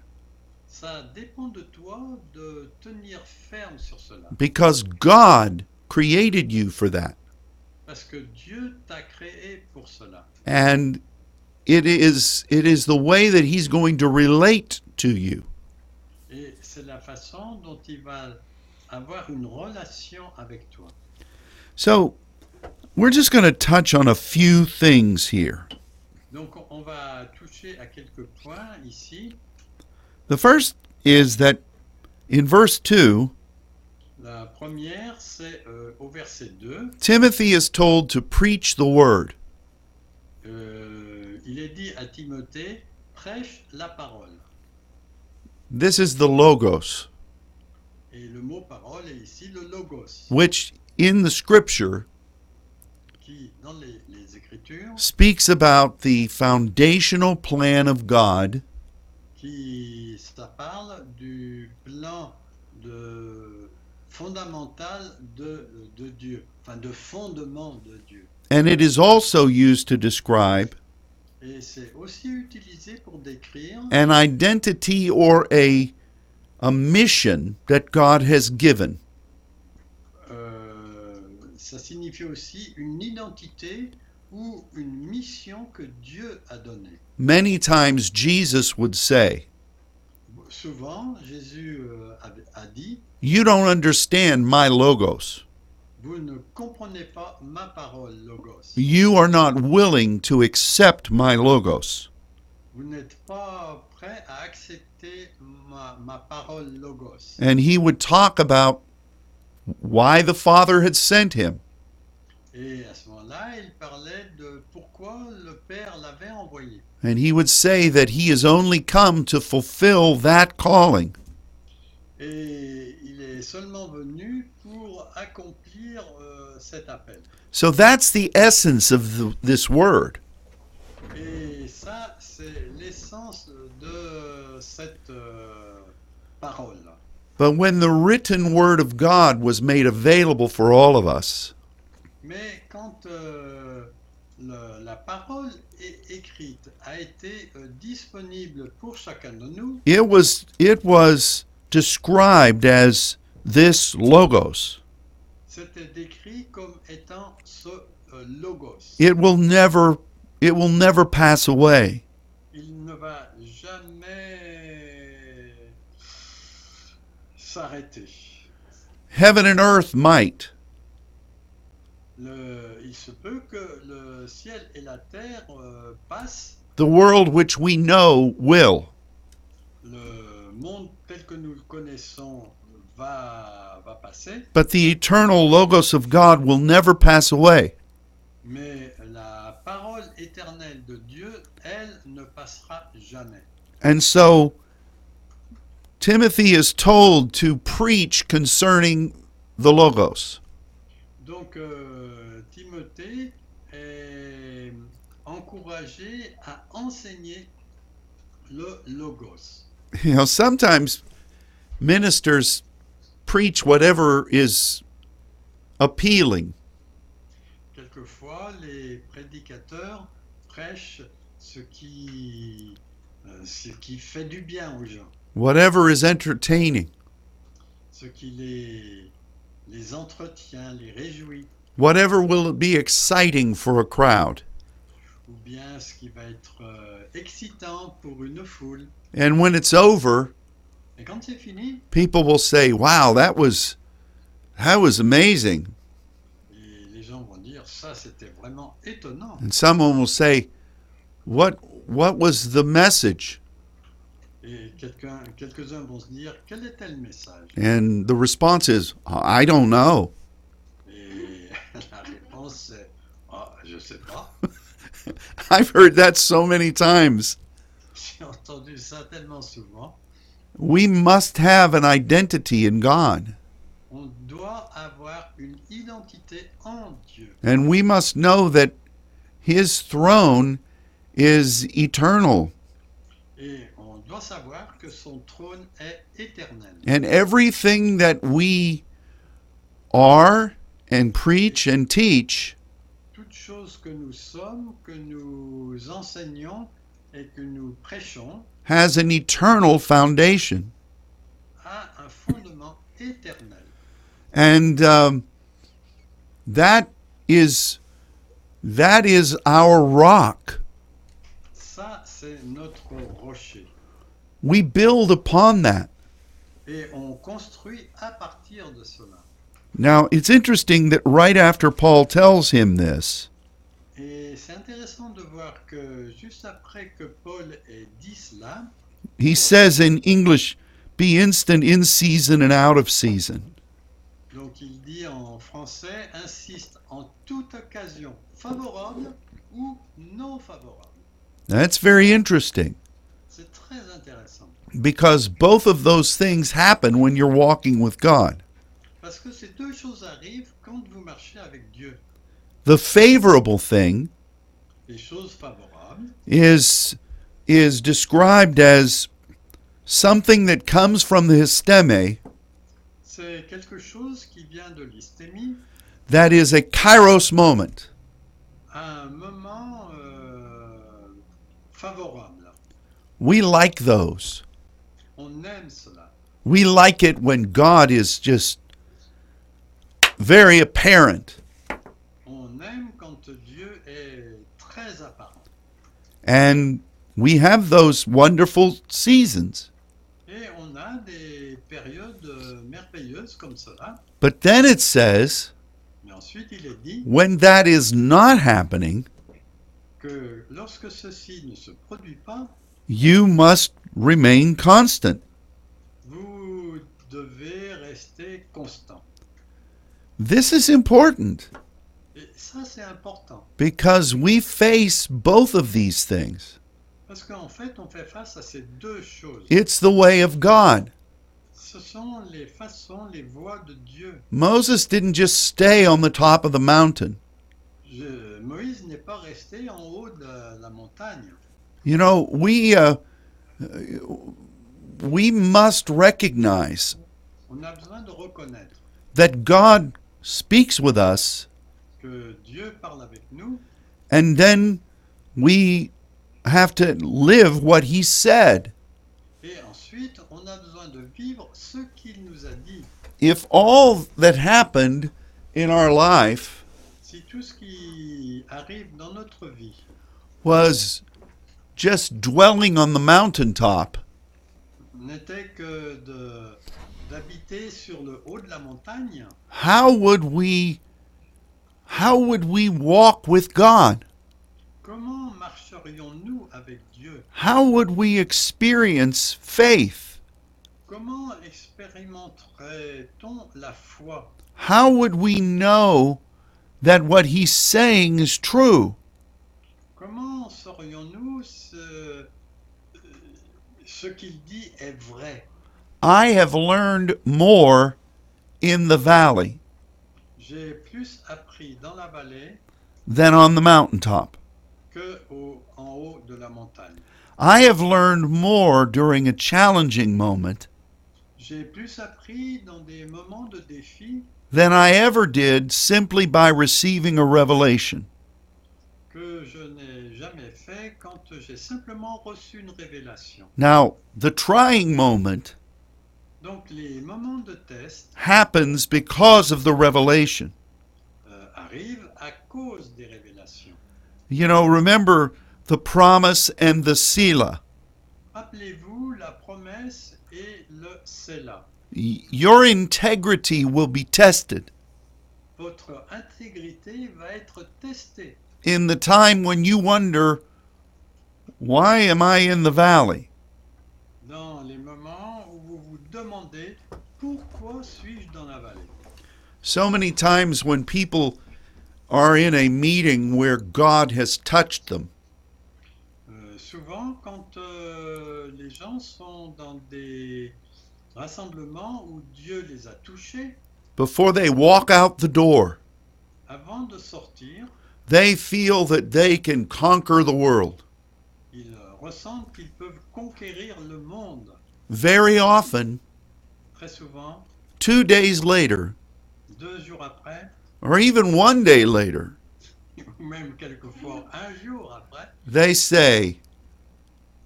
Speaker 2: Ça dépend de toi de tenir ferme sur cela.
Speaker 1: because God created you for that.
Speaker 2: Parce que Dieu t'a créé pour cela.
Speaker 1: And it is it is the way that he's going to relate to you.
Speaker 2: Et c'est la façon dont il va avoir une relation avec toi.
Speaker 1: So, we're just going to touch on a few things here.
Speaker 2: Donc on- on va toucher à quelques points ici.
Speaker 1: The first is that in verse 2,
Speaker 2: La première, c'est euh, au verset 2,
Speaker 1: Timothy is told to preach the word.
Speaker 2: euh, il est dit à Timothée, prêche la parole.
Speaker 1: This is the logos,
Speaker 2: Et le mot parole est ici le logos,
Speaker 1: which in the scripture
Speaker 2: qui dans les, les Écritures,
Speaker 1: speaks about the foundational plan of God
Speaker 2: qui ça parle du plan de fondamental de, de Dieu, enfin de fondement de Dieu.
Speaker 1: And it is also used to describe
Speaker 2: Et c'est aussi utilisé pour décrire
Speaker 1: an identity or a a mission that God has given.
Speaker 2: Euh, ça signifie aussi une identité ou une mission que Dieu a donnée.
Speaker 1: Many times Jesus would say,
Speaker 2: Souvent, Jésus euh, avait- a dit,
Speaker 1: "You don't understand my logos.
Speaker 2: vous ne comprenez pas ma parole, Logos.
Speaker 1: You are not willing to accept my logos."
Speaker 2: Vous n'êtes pas prêt à accepter ma, ma parole, Logos.
Speaker 1: And he would talk about why the Father had sent him.
Speaker 2: Et à ce moment-là, il parlait de pourquoi le Père l'avait envoyé.
Speaker 1: And he would say that he has only come to fulfill that calling.
Speaker 2: Et il est seulement venu pour accomplir euh, cet appel.
Speaker 1: So that's the essence of the, this word.
Speaker 2: Et ça, c'est l'essence de cette euh, parole.
Speaker 1: But when the written word of God was made available for all of us,
Speaker 2: Mais quand euh, le- la parole est écrite, a été euh, disponible pour chacun de nous,
Speaker 1: it was it was described as this logos.
Speaker 2: c'était décrit comme étant ce euh, logos.
Speaker 1: It will never it will never pass away.
Speaker 2: Il ne va jamais s'arrêter.
Speaker 1: Heaven and earth might,
Speaker 2: Le- il se peut que le ciel et la terre euh, passent,
Speaker 1: the world which we know will,
Speaker 2: Le monde tel que nous le connaissons va, va passer,
Speaker 1: but the eternal logos of God will never pass away.
Speaker 2: mais la parole éternelle de Dieu, elle, ne passera jamais.
Speaker 1: And so Timothy is told to preach concerning the logos.
Speaker 2: Donc euh, Timothée est encouragé à enseigner le logos.
Speaker 1: you know sometimes ministers preach whatever is appealing
Speaker 2: Quelquefois, les prédicateurs prêchent ce qui, euh, ce qui fait du bien aux gens,
Speaker 1: whatever is entertaining
Speaker 2: ce qui les, les entretient, les réjouit.
Speaker 1: whatever will be exciting for a crowd
Speaker 2: ou bien ce qui va être euh, excitant pour une foule.
Speaker 1: and when it's over
Speaker 2: Et quand c'est fini,
Speaker 1: people will say wow that was that was amazing
Speaker 2: et les gens vont dire ça c'était vraiment étonnant.
Speaker 1: and someone will say what what was the message
Speaker 2: Et quelqu'un, quelques-uns vont se dire quel était le message
Speaker 1: and the response is i don't know
Speaker 2: Et la réponse c'est ah je sais pas.
Speaker 1: i've heard that so many times
Speaker 2: J'ai entendu ça tellement souvent.
Speaker 1: we must have an identity in god
Speaker 2: On doit avoir une identité en Dieu.
Speaker 1: And we must know that his throne is eternal
Speaker 2: Et on doit savoir que son trône est éternel.
Speaker 1: and everything that we are and preach and teach
Speaker 2: toute chose que nous sommes, que nous enseignons et que nous prêchons
Speaker 1: has an eternal foundation.
Speaker 2: a un fondement éternel.
Speaker 1: And um, that is that is our rock.
Speaker 2: Ça, c'est notre rocher.
Speaker 1: We build upon that.
Speaker 2: et on construit à partir de cela.
Speaker 1: Now, it's interesting that right after Paul tells him this,
Speaker 2: Et c'est intéressant de voir que juste après que Paul ait dit cela,
Speaker 1: he says in English, be instant in season and out of season.
Speaker 2: donc il dit en français, insiste en toute occasion favorable ou non favorable.
Speaker 1: That's very interesting
Speaker 2: C'est très intéressant
Speaker 1: because both of those things happen when you're walking with God.
Speaker 2: parce que ces deux choses arrivent quand vous marchez avec Dieu.
Speaker 1: The favorable thing
Speaker 2: Les choses favorables,
Speaker 1: is is described as something that comes from the histeme
Speaker 2: c'est quelque chose qui vient de l'hystémie,
Speaker 1: that is a kairos moment
Speaker 2: à un moment euh, favorable.
Speaker 1: we like those
Speaker 2: On aime cela.
Speaker 1: we like it when god is just very apparent
Speaker 2: On aime quand Dieu est très apparent.
Speaker 1: and we have those wonderful seasons
Speaker 2: Et on a des périodes euh, merveilleuses comme cela.
Speaker 1: but then it says
Speaker 2: Mais ensuite, il est dit
Speaker 1: when that is not happening
Speaker 2: que lorsque ceci ne se produit pas,
Speaker 1: you must remain constant
Speaker 2: vous devez rester constant.
Speaker 1: this is important
Speaker 2: Et ça, c'est important.
Speaker 1: because we face both of these things
Speaker 2: Parce qu'en fait, on fait face à ces deux choses.
Speaker 1: It's the way of God.
Speaker 2: Ce sont les façons, les voies de Dieu.
Speaker 1: Moses didn't just stay on the top of the mountain.
Speaker 2: Je- Moïse n'est pas resté en haut de la, la montagne.
Speaker 1: You know, we uh, we must recognize
Speaker 2: On a besoin de reconnaître
Speaker 1: that God speaks with us,
Speaker 2: que Dieu parle avec nous
Speaker 1: and then we have to live what He said.
Speaker 2: et ensuite on a besoin de vivre ce qu'il nous a dit.
Speaker 1: If all that happened in our life
Speaker 2: Si tout ce qui arrive dans notre vie,
Speaker 1: was just dwelling on the mountaintop,
Speaker 2: n'était que de- d'habiter sur le haut de la montagne,
Speaker 1: how would we how would we walk with God?
Speaker 2: comment marcherions-nous avec Dieu
Speaker 1: How would we experience faith?
Speaker 2: Comment expérimenterait-on la foi
Speaker 1: How would we know that what he's saying is true?
Speaker 2: Comment saurions-nous ce, ce qu'il dit est vrai
Speaker 1: I have learned more in the valley
Speaker 2: J'ai plus appris dans la vallée
Speaker 1: than on the mountaintop.
Speaker 2: que au- en haut de la montagne.
Speaker 1: I have learned more during a challenging moment
Speaker 2: J'ai plus appris dans des moments de défi
Speaker 1: than I ever did simply by receiving a revelation.
Speaker 2: que je n'ai jamais fait quand j'ai simplement reçu une révélation.
Speaker 1: Now, the trying moment
Speaker 2: Donc les moments de test
Speaker 1: happens because of the revelation.
Speaker 2: euh, arrivent à cause des révélations.
Speaker 1: You know, remember the promise and the Selah.
Speaker 2: Rappelez-vous la promesse et le cela.
Speaker 1: your integrity will be tested
Speaker 2: Votre intégrité va être testée
Speaker 1: in the time when you wonder, why am I in the valley?
Speaker 2: dans les moments où vous vous demandez pourquoi suis-je dans la vallée.
Speaker 1: So many times when people are in a meeting where God has touched them,
Speaker 2: Euh, souvent, quand euh, les gens sont dans des rassemblements où Dieu les a touchés,
Speaker 1: before they walk out the door,
Speaker 2: avant de sortir,
Speaker 1: they feel that they can conquer the world.
Speaker 2: ils ressentent qu'ils peuvent conquérir le monde.
Speaker 1: Very often,
Speaker 2: Très souvent,
Speaker 1: two days later,
Speaker 2: deux jours après,
Speaker 1: or even one day later,
Speaker 2: ou même quelquefois un jour après,
Speaker 1: they say,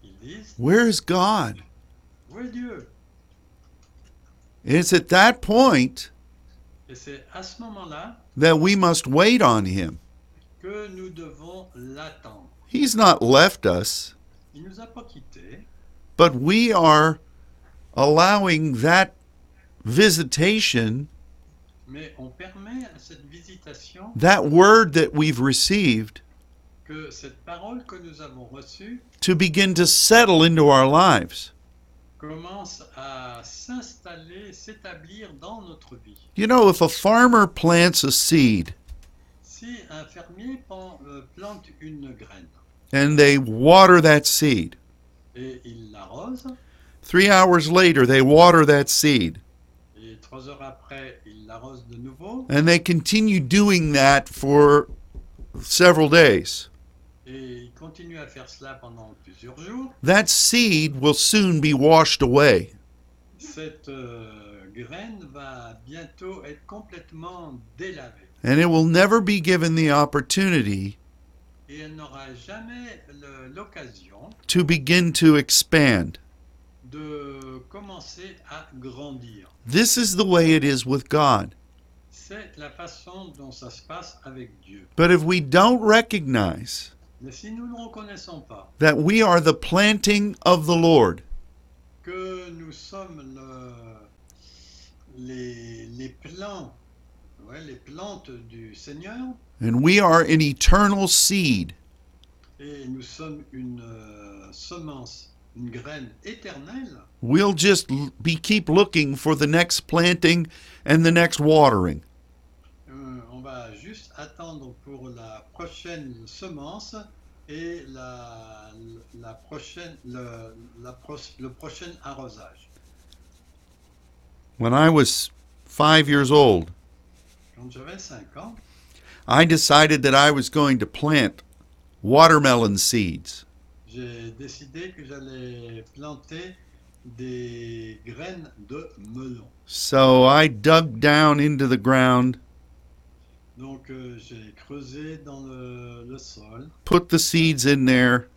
Speaker 2: ils disent
Speaker 1: Where is God?
Speaker 2: Où est Dieu
Speaker 1: It's at that point
Speaker 2: Et c'est à ce moment-là
Speaker 1: that we must wait on Him.
Speaker 2: que nous devons l'attendre.
Speaker 1: He's not left us,
Speaker 2: Il nous a pas quittés,
Speaker 1: but we are allowing that visitation,
Speaker 2: mais on permet à cette visitation
Speaker 1: that word that we've received,
Speaker 2: que cette parole que nous avons reçue
Speaker 1: to begin to settle into our lives.
Speaker 2: commence à s'installer, s'établir dans notre vie.
Speaker 1: You know, if a farmer plants a seed
Speaker 2: Si un fermier pan- euh, plante une graine
Speaker 1: and they water that seed,
Speaker 2: et il l'arrose,
Speaker 1: three hours later they water that seed,
Speaker 2: et trois heures après il l'arrose de nouveau,
Speaker 1: and they continue doing that for several days,
Speaker 2: et il continue à faire cela pendant plusieurs jours,
Speaker 1: that seed will soon be washed away.
Speaker 2: cette euh, graine va bientôt être complètement délavée.
Speaker 1: And it will never be given the opportunity
Speaker 2: Et elle n'aura jamais le- l'occasion
Speaker 1: to begin to expand.
Speaker 2: de commencer à grandir.
Speaker 1: This is the way it is with God.
Speaker 2: C'est la façon dont ça se passe avec Dieu.
Speaker 1: But if we don't recognize
Speaker 2: Mais si nous ne reconnaissons pas
Speaker 1: that we are the planting of the Lord,
Speaker 2: que nous sommes le- les, les plants, ouais, les plantes du Seigneur,
Speaker 1: and we are an eternal seed,
Speaker 2: et nous sommes une euh, semence, une graine éternelle,
Speaker 1: we'll just l- be keep looking for the next planting and the next watering.
Speaker 2: euh, on va juste attendre pour la prochaine semence et la, la prochaine, le, la pro- le prochain arrosage.
Speaker 1: When I was 5 years old,
Speaker 2: Quand j'avais 5 ans,
Speaker 1: I decided that I was going to plant watermelon seeds.
Speaker 2: j'ai décidé que j'allais planter des graines de melon.
Speaker 1: So I dug down into the ground,
Speaker 2: Donc euh, j'ai creusé dans le, le sol,
Speaker 1: put the seeds in there,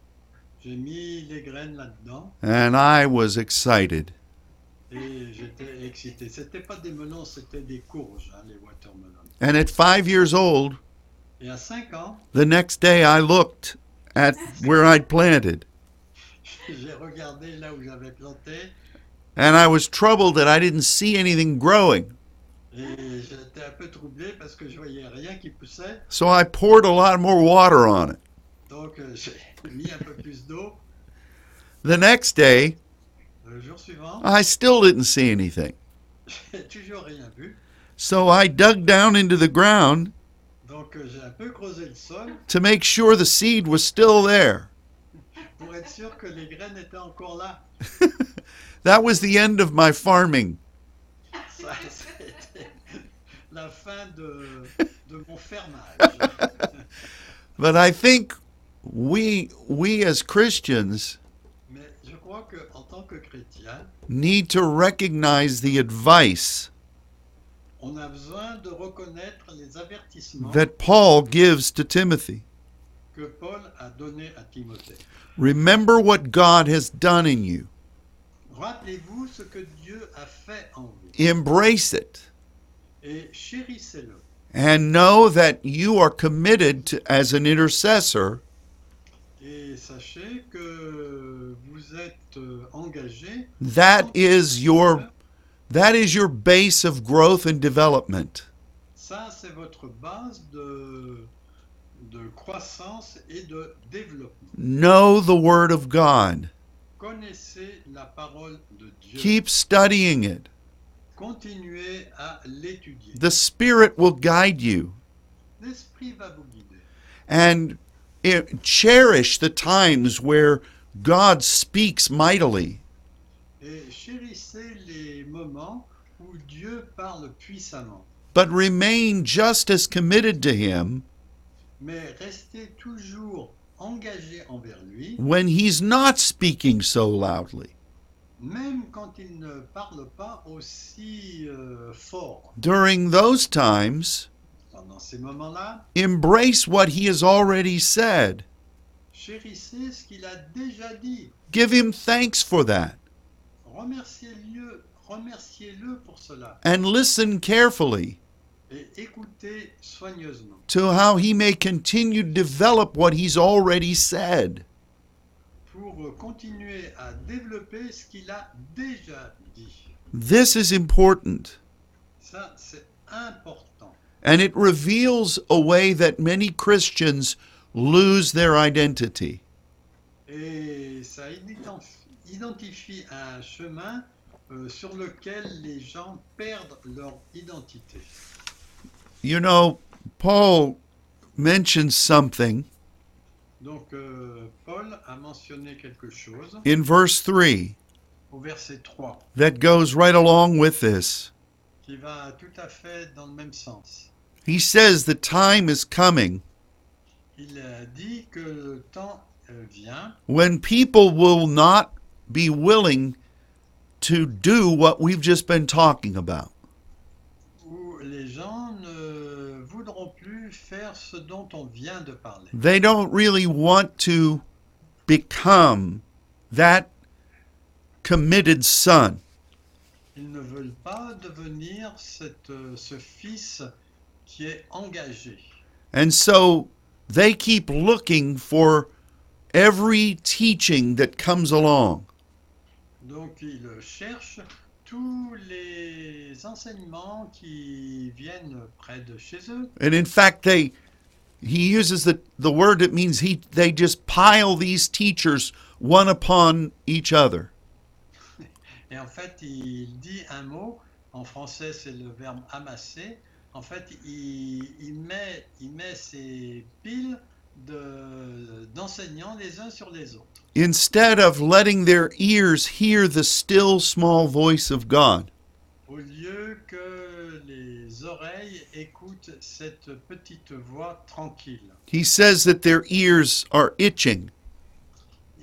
Speaker 2: j'ai mis les graines là-dedans
Speaker 1: and I was excited.
Speaker 2: et j'étais excité. C'était pas des melons, c'était des courges, hein, les watermelons.
Speaker 1: And at 5 years old,
Speaker 2: Et à 5 ans,
Speaker 1: the next day I looked at where I'd planted,
Speaker 2: j'ai regardé là où j'avais planté
Speaker 1: and I was troubled that I didn't see anything growing.
Speaker 2: et j'étais un peu troublé parce que je voyais rien qui poussait.
Speaker 1: So I poured a lot more water on it.
Speaker 2: Donc euh, j'ai mis un peu plus d'eau. euh,
Speaker 1: The next day,
Speaker 2: Le jour suivant,
Speaker 1: I still didn't see anything.
Speaker 2: j'ai toujours rien vu.
Speaker 1: So I dug down into the ground
Speaker 2: Donc euh, j'ai un peu creusé le sol
Speaker 1: to make sure the seed was still there.
Speaker 2: pour être sûr que les graines étaient encore là.
Speaker 1: That was the end of my farming.
Speaker 2: Ça, c'était la fin de, de mon fermage.
Speaker 1: But I think we we as Christians
Speaker 2: Mais je crois qu'en tant que chrétien,
Speaker 1: need to recognize the advice
Speaker 2: on a besoin de reconnaître les avertissements
Speaker 1: that Paul gives to Timothy.
Speaker 2: que Paul a donnés à Timothée.
Speaker 1: Remember what God has done in you.
Speaker 2: Rappelez-vous ce que Dieu a fait en vous
Speaker 1: Embrace it
Speaker 2: et chérissez-le.
Speaker 1: and know that you are committed to, as an intercessor
Speaker 2: Et sachez que vous êtes euh, engagé,
Speaker 1: That is your that is your base of growth and development.
Speaker 2: ça c'est votre base de, de croissance et de développement.
Speaker 1: Know the word of God.
Speaker 2: Connaissez la parole de Dieu.
Speaker 1: Keep studying it.
Speaker 2: Continuez à l'étudier.
Speaker 1: The spirit will guide you
Speaker 2: L'esprit va vous guider.
Speaker 1: and it, cherish the times where God speaks mightily.
Speaker 2: Et chérissez les moments où Dieu parle puissamment.
Speaker 1: But remain just as committed to him
Speaker 2: Mais restez toujours engagé envers lui,
Speaker 1: when he's not speaking so loudly.
Speaker 2: même quand il ne parle pas aussi euh, fort.
Speaker 1: During those times,
Speaker 2: Pendant ces moments-là,
Speaker 1: embrace what he has already said.
Speaker 2: chérissez ce qu'il a déjà dit.
Speaker 1: Give him thanks for that.
Speaker 2: Remerciez-le remerciez-le pour cela
Speaker 1: and listen carefully
Speaker 2: et écoutez soigneusement.
Speaker 1: to how he may continue to develop what he's already said.
Speaker 2: pour continuer à développer ce qu'il a déjà dit.
Speaker 1: This is important,
Speaker 2: Ça, c'est important.
Speaker 1: and it reveals a way that many Christians lose their identity.
Speaker 2: Et ça identif- identifie un chemin euh, sur lequel les gens perdent leur identité.
Speaker 1: You know, Paul mentions something
Speaker 2: Donc, euh, Paul a mentionné quelque chose
Speaker 1: in verse 3
Speaker 2: au verset 3
Speaker 1: that goes right along with this.
Speaker 2: qui va tout à fait dans le même sens.
Speaker 1: He says, The time is coming
Speaker 2: Il euh, dit que le temps euh, vient
Speaker 1: when people will not be willing to do what we've just been talking about.
Speaker 2: où les gens ne voudront plus faire ce dont on vient de parler.
Speaker 1: They don't really want to become that committed son.
Speaker 2: Ils ne veulent pas devenir cette, euh, ce fils qui est engagé.
Speaker 1: And so they keep looking for every teaching that comes along.
Speaker 2: Donc ils cherchent tous les enseignements qui viennent près de chez eux.
Speaker 1: And in fact, they he uses the, the word that means he they just pile these teachers one upon each other.
Speaker 2: Et en fait, il dit un mot, en français c'est le verbe amasser. En fait, il, il met, il met ces piles de- d'enseignants les uns sur les autres.
Speaker 1: Instead of letting their ears hear the still small voice of God.
Speaker 2: Au lieu que les oreilles écoutent cette petite voix tranquille.
Speaker 1: He says that their ears are itching.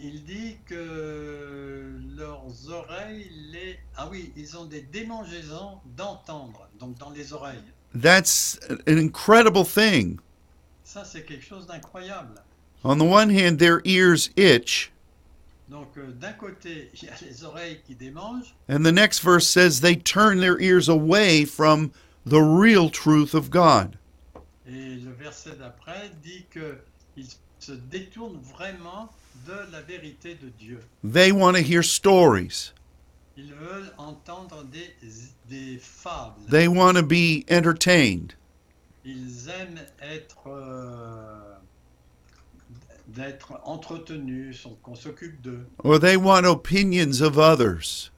Speaker 2: Il dit que leurs oreilles, les... ah oui, ils ont des démangeaisons d'entendre, donc dans les oreilles.
Speaker 1: That's an incredible thing.
Speaker 2: Ça, c'est quelque chose d'incroyable.
Speaker 1: On the one hand, their ears itch,
Speaker 2: Donc euh, d'un côté, il y a les oreilles qui démangent,
Speaker 1: and the next verse says they turn their ears away from the real truth of God.
Speaker 2: et le verset d'après dit qu'ils se détournent vraiment de la vérité de Dieu.
Speaker 1: They want to hear stories,
Speaker 2: Ils veulent entendre des, des fables.
Speaker 1: they want to be entertained.
Speaker 2: Ils aiment être, euh, d'être entretenus, son- qu'on s'occupe d'eux.
Speaker 1: or they want opinions of others.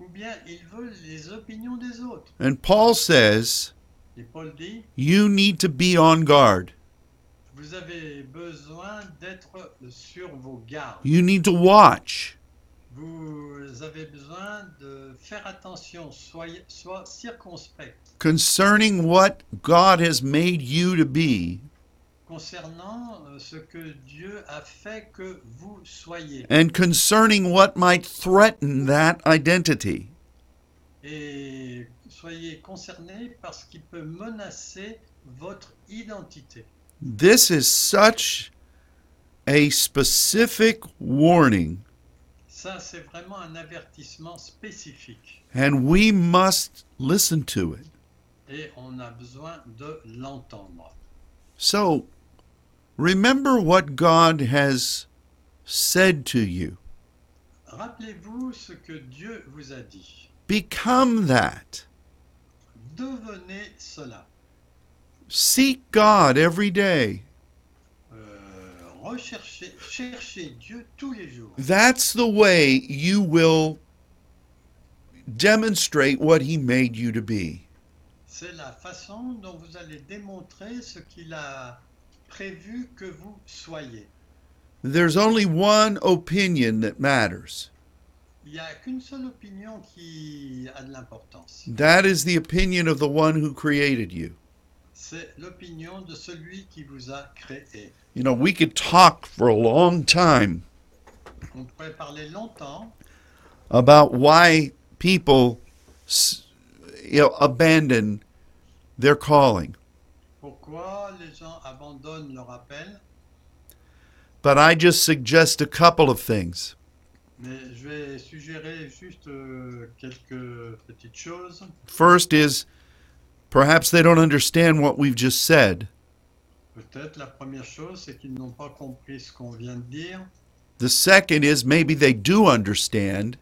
Speaker 2: Ou bien ils veulent les opinions des autres.
Speaker 1: And Paul says,
Speaker 2: Et Paul dit,
Speaker 1: you need to be on guard.
Speaker 2: vous avez besoin d'être sur vos gardes.
Speaker 1: You need to watch.
Speaker 2: Vous avez besoin de faire attention, soyez, sois circonspect
Speaker 1: Concerning what God has made you to be,
Speaker 2: concernant euh, ce que Dieu a fait que vous soyez
Speaker 1: and concerning what might threaten that identity.
Speaker 2: et soyez concerné par ce qui peut menacer votre identité.
Speaker 1: This is such a specific warning,
Speaker 2: Ça, c'est vraiment un avertissement spécifique
Speaker 1: and we must listen to it.
Speaker 2: et on a besoin de l'entendre.
Speaker 1: So, remember what God has said to you.
Speaker 2: Rappelez-vous ce que Dieu vous a dit.
Speaker 1: Become that.
Speaker 2: Devenez cela.
Speaker 1: Seek God every day.
Speaker 2: Euh, recherchez, cherchez Dieu tous les jours.
Speaker 1: That's the way you will demonstrate what He made you to be.
Speaker 2: C'est la façon dont vous allez démontrer ce qu'il a prévu que vous soyez.
Speaker 1: There's only one opinion that matters
Speaker 2: Il n'y a qu'une seule opinion qui a de l'importance.
Speaker 1: that is the opinion of the one who created you.
Speaker 2: C'est l'opinion de celui qui vous a créé.
Speaker 1: You know, we could talk for a long time
Speaker 2: On pourrait parler longtemps
Speaker 1: about why people s- you know, abandon their calling,
Speaker 2: pourquoi les gens abandonnent leur appel,
Speaker 1: but I just suggest a couple of things.
Speaker 2: mais je vais suggérer juste euh, quelques petites choses.
Speaker 1: First is perhaps they don't understand what we've just said.
Speaker 2: Peut-être la première chose, c'est qu'ils n'ont pas compris ce qu'on vient de dire.
Speaker 1: The second is maybe they do understand,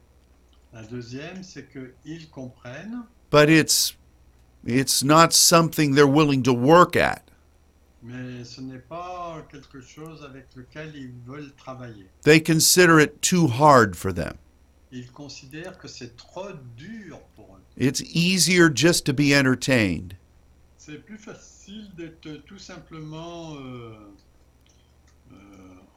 Speaker 2: La deuxième, c'est qu'ils comprennent,
Speaker 1: but it's it's not something they're willing to work at.
Speaker 2: mais ce n'est pas quelque chose avec lequel ils veulent travailler.
Speaker 1: They consider it too hard for them.
Speaker 2: Ils considèrent que c'est trop dur pour eux.
Speaker 1: It's easier just to be entertained.
Speaker 2: C'est plus facile d'être tout simplement euh, euh,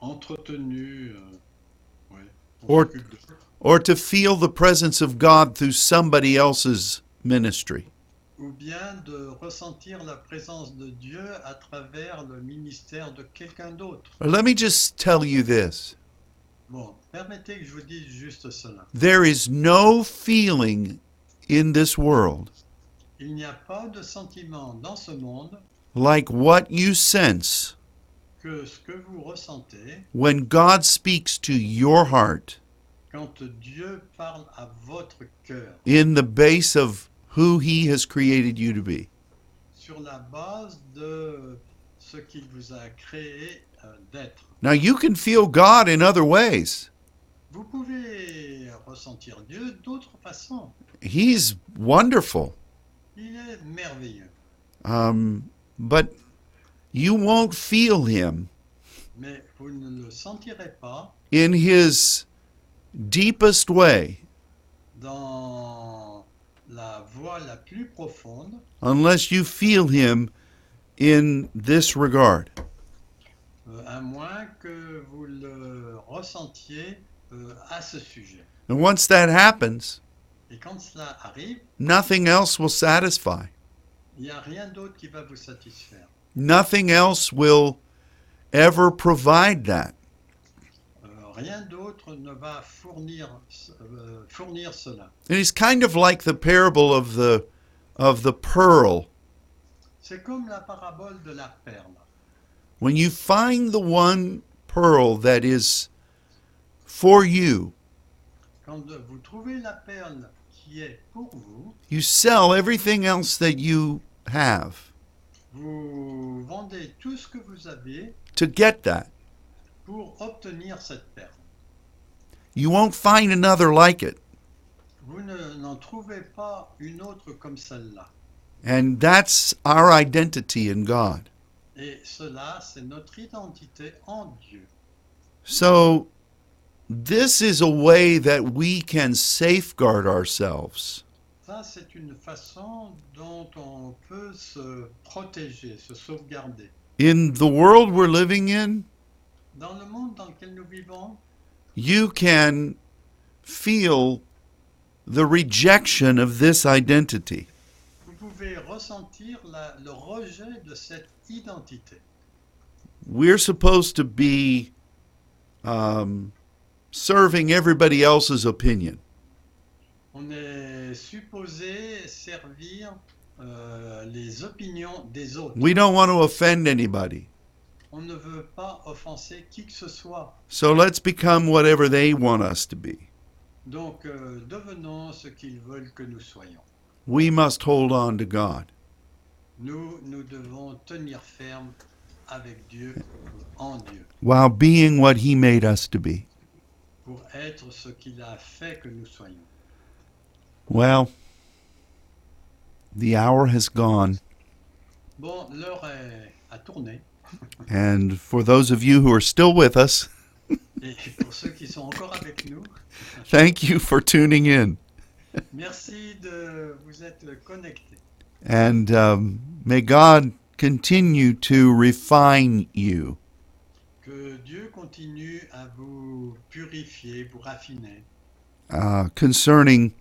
Speaker 2: entretenu. euh, ouais, on
Speaker 1: Or-
Speaker 2: s'occupe de-
Speaker 1: or to feel the presence of God through somebody else's ministry.
Speaker 2: ou bien de ressentir la présence de Dieu à travers le ministère de quelqu'un d'autre.
Speaker 1: Let me just tell you this
Speaker 2: Bon, permettez que je vous dise juste cela.
Speaker 1: there is no feeling in this world
Speaker 2: Il n'y a pas de sentiment dans ce monde
Speaker 1: like what you sense
Speaker 2: que ce que vous ressentez
Speaker 1: when God speaks to your heart
Speaker 2: quand Dieu parle à votre cœur,
Speaker 1: in the base of who He has created you to be.
Speaker 2: sur la base de ce qu'il vous a créé euh, d'être.
Speaker 1: Now, you can feel God in other ways.
Speaker 2: Vous pouvez ressentir Dieu d'autres façons.
Speaker 1: He's wonderful.
Speaker 2: Il est merveilleux,
Speaker 1: Um, but you won't feel Him
Speaker 2: mais vous ne le sentirez pas
Speaker 1: in his deepest way
Speaker 2: dans la voie la plus profonde
Speaker 1: unless you feel him in this regard.
Speaker 2: euh, à moins que vous le ressentiez euh, à ce sujet.
Speaker 1: And once that happens,
Speaker 2: Et quand cela arrive,
Speaker 1: nothing else will satisfy.
Speaker 2: il n'y a rien d'autre qui va vous satisfaire.
Speaker 1: Nothing else will ever provide that.
Speaker 2: Euh, rien d'autre ne va fournir, ce- euh, fournir cela.
Speaker 1: And it's kind of like the parable of the of the pearl.
Speaker 2: C'est comme la parabole de la perle.
Speaker 1: When you find the one pearl that is for you,
Speaker 2: Quand euh, vous trouvez la perle qui est pour vous,
Speaker 1: you sell everything else that you have
Speaker 2: vous vendez tout ce que vous avez
Speaker 1: to get that.
Speaker 2: pour obtenir cette perle.
Speaker 1: You won't find another like it.
Speaker 2: Vous ne- n'en trouvez pas une autre comme celle-là.
Speaker 1: And that's our identity in God.
Speaker 2: Et cela, c'est notre identité en Dieu.
Speaker 1: So, this is a way that we can safeguard ourselves
Speaker 2: Ça, c'est une façon dont on peut se protéger, se sauvegarder.
Speaker 1: in the world we're living in.
Speaker 2: Dans le monde dans lequel nous vivons,
Speaker 1: You can feel the rejection of this identity.
Speaker 2: vous pouvez ressentir la- le rejet de cette identité.
Speaker 1: We're supposed to be um, serving everybody else's opinion.
Speaker 2: On est supposé servir euh, les opinions des autres.
Speaker 1: We don't want to offend anybody.
Speaker 2: On ne veut pas offenser qui que ce soit.
Speaker 1: So let's become whatever they want us to be.
Speaker 2: Donc, euh, devenons ce qu'ils veulent que nous soyons.
Speaker 1: We must hold on to God.
Speaker 2: Nous, nous devons tenir ferme avec Dieu, en Dieu,
Speaker 1: while being what he made us to be.
Speaker 2: pour être ce qu'il a fait que nous soyons.
Speaker 1: Well, the hour has gone,
Speaker 2: Bon, l'heure est à tourner.
Speaker 1: and for those of you who are still with us,
Speaker 2: Et pour ceux qui sont encore avec nous,
Speaker 1: thank you for tuning in,
Speaker 2: merci de vous être connectés.
Speaker 1: and um, may God continue to refine you
Speaker 2: Que Dieu continue à vous purifier, vous raffiner
Speaker 1: uh, concerning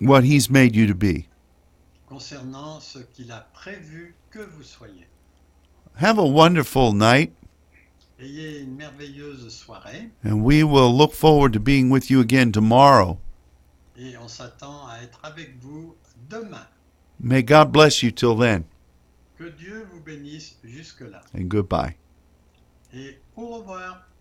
Speaker 1: what he's made you to be.
Speaker 2: concernant ce qu'il a prévu que vous soyez.
Speaker 1: Have a wonderful night,
Speaker 2: Ayez une merveilleuse soirée
Speaker 1: and we will look forward to being with you again tomorrow.
Speaker 2: et on s'attend à être avec vous demain.
Speaker 1: May God bless you till then,
Speaker 2: Que Dieu vous bénisse jusque-là.
Speaker 1: and goodbye.
Speaker 2: Et au revoir.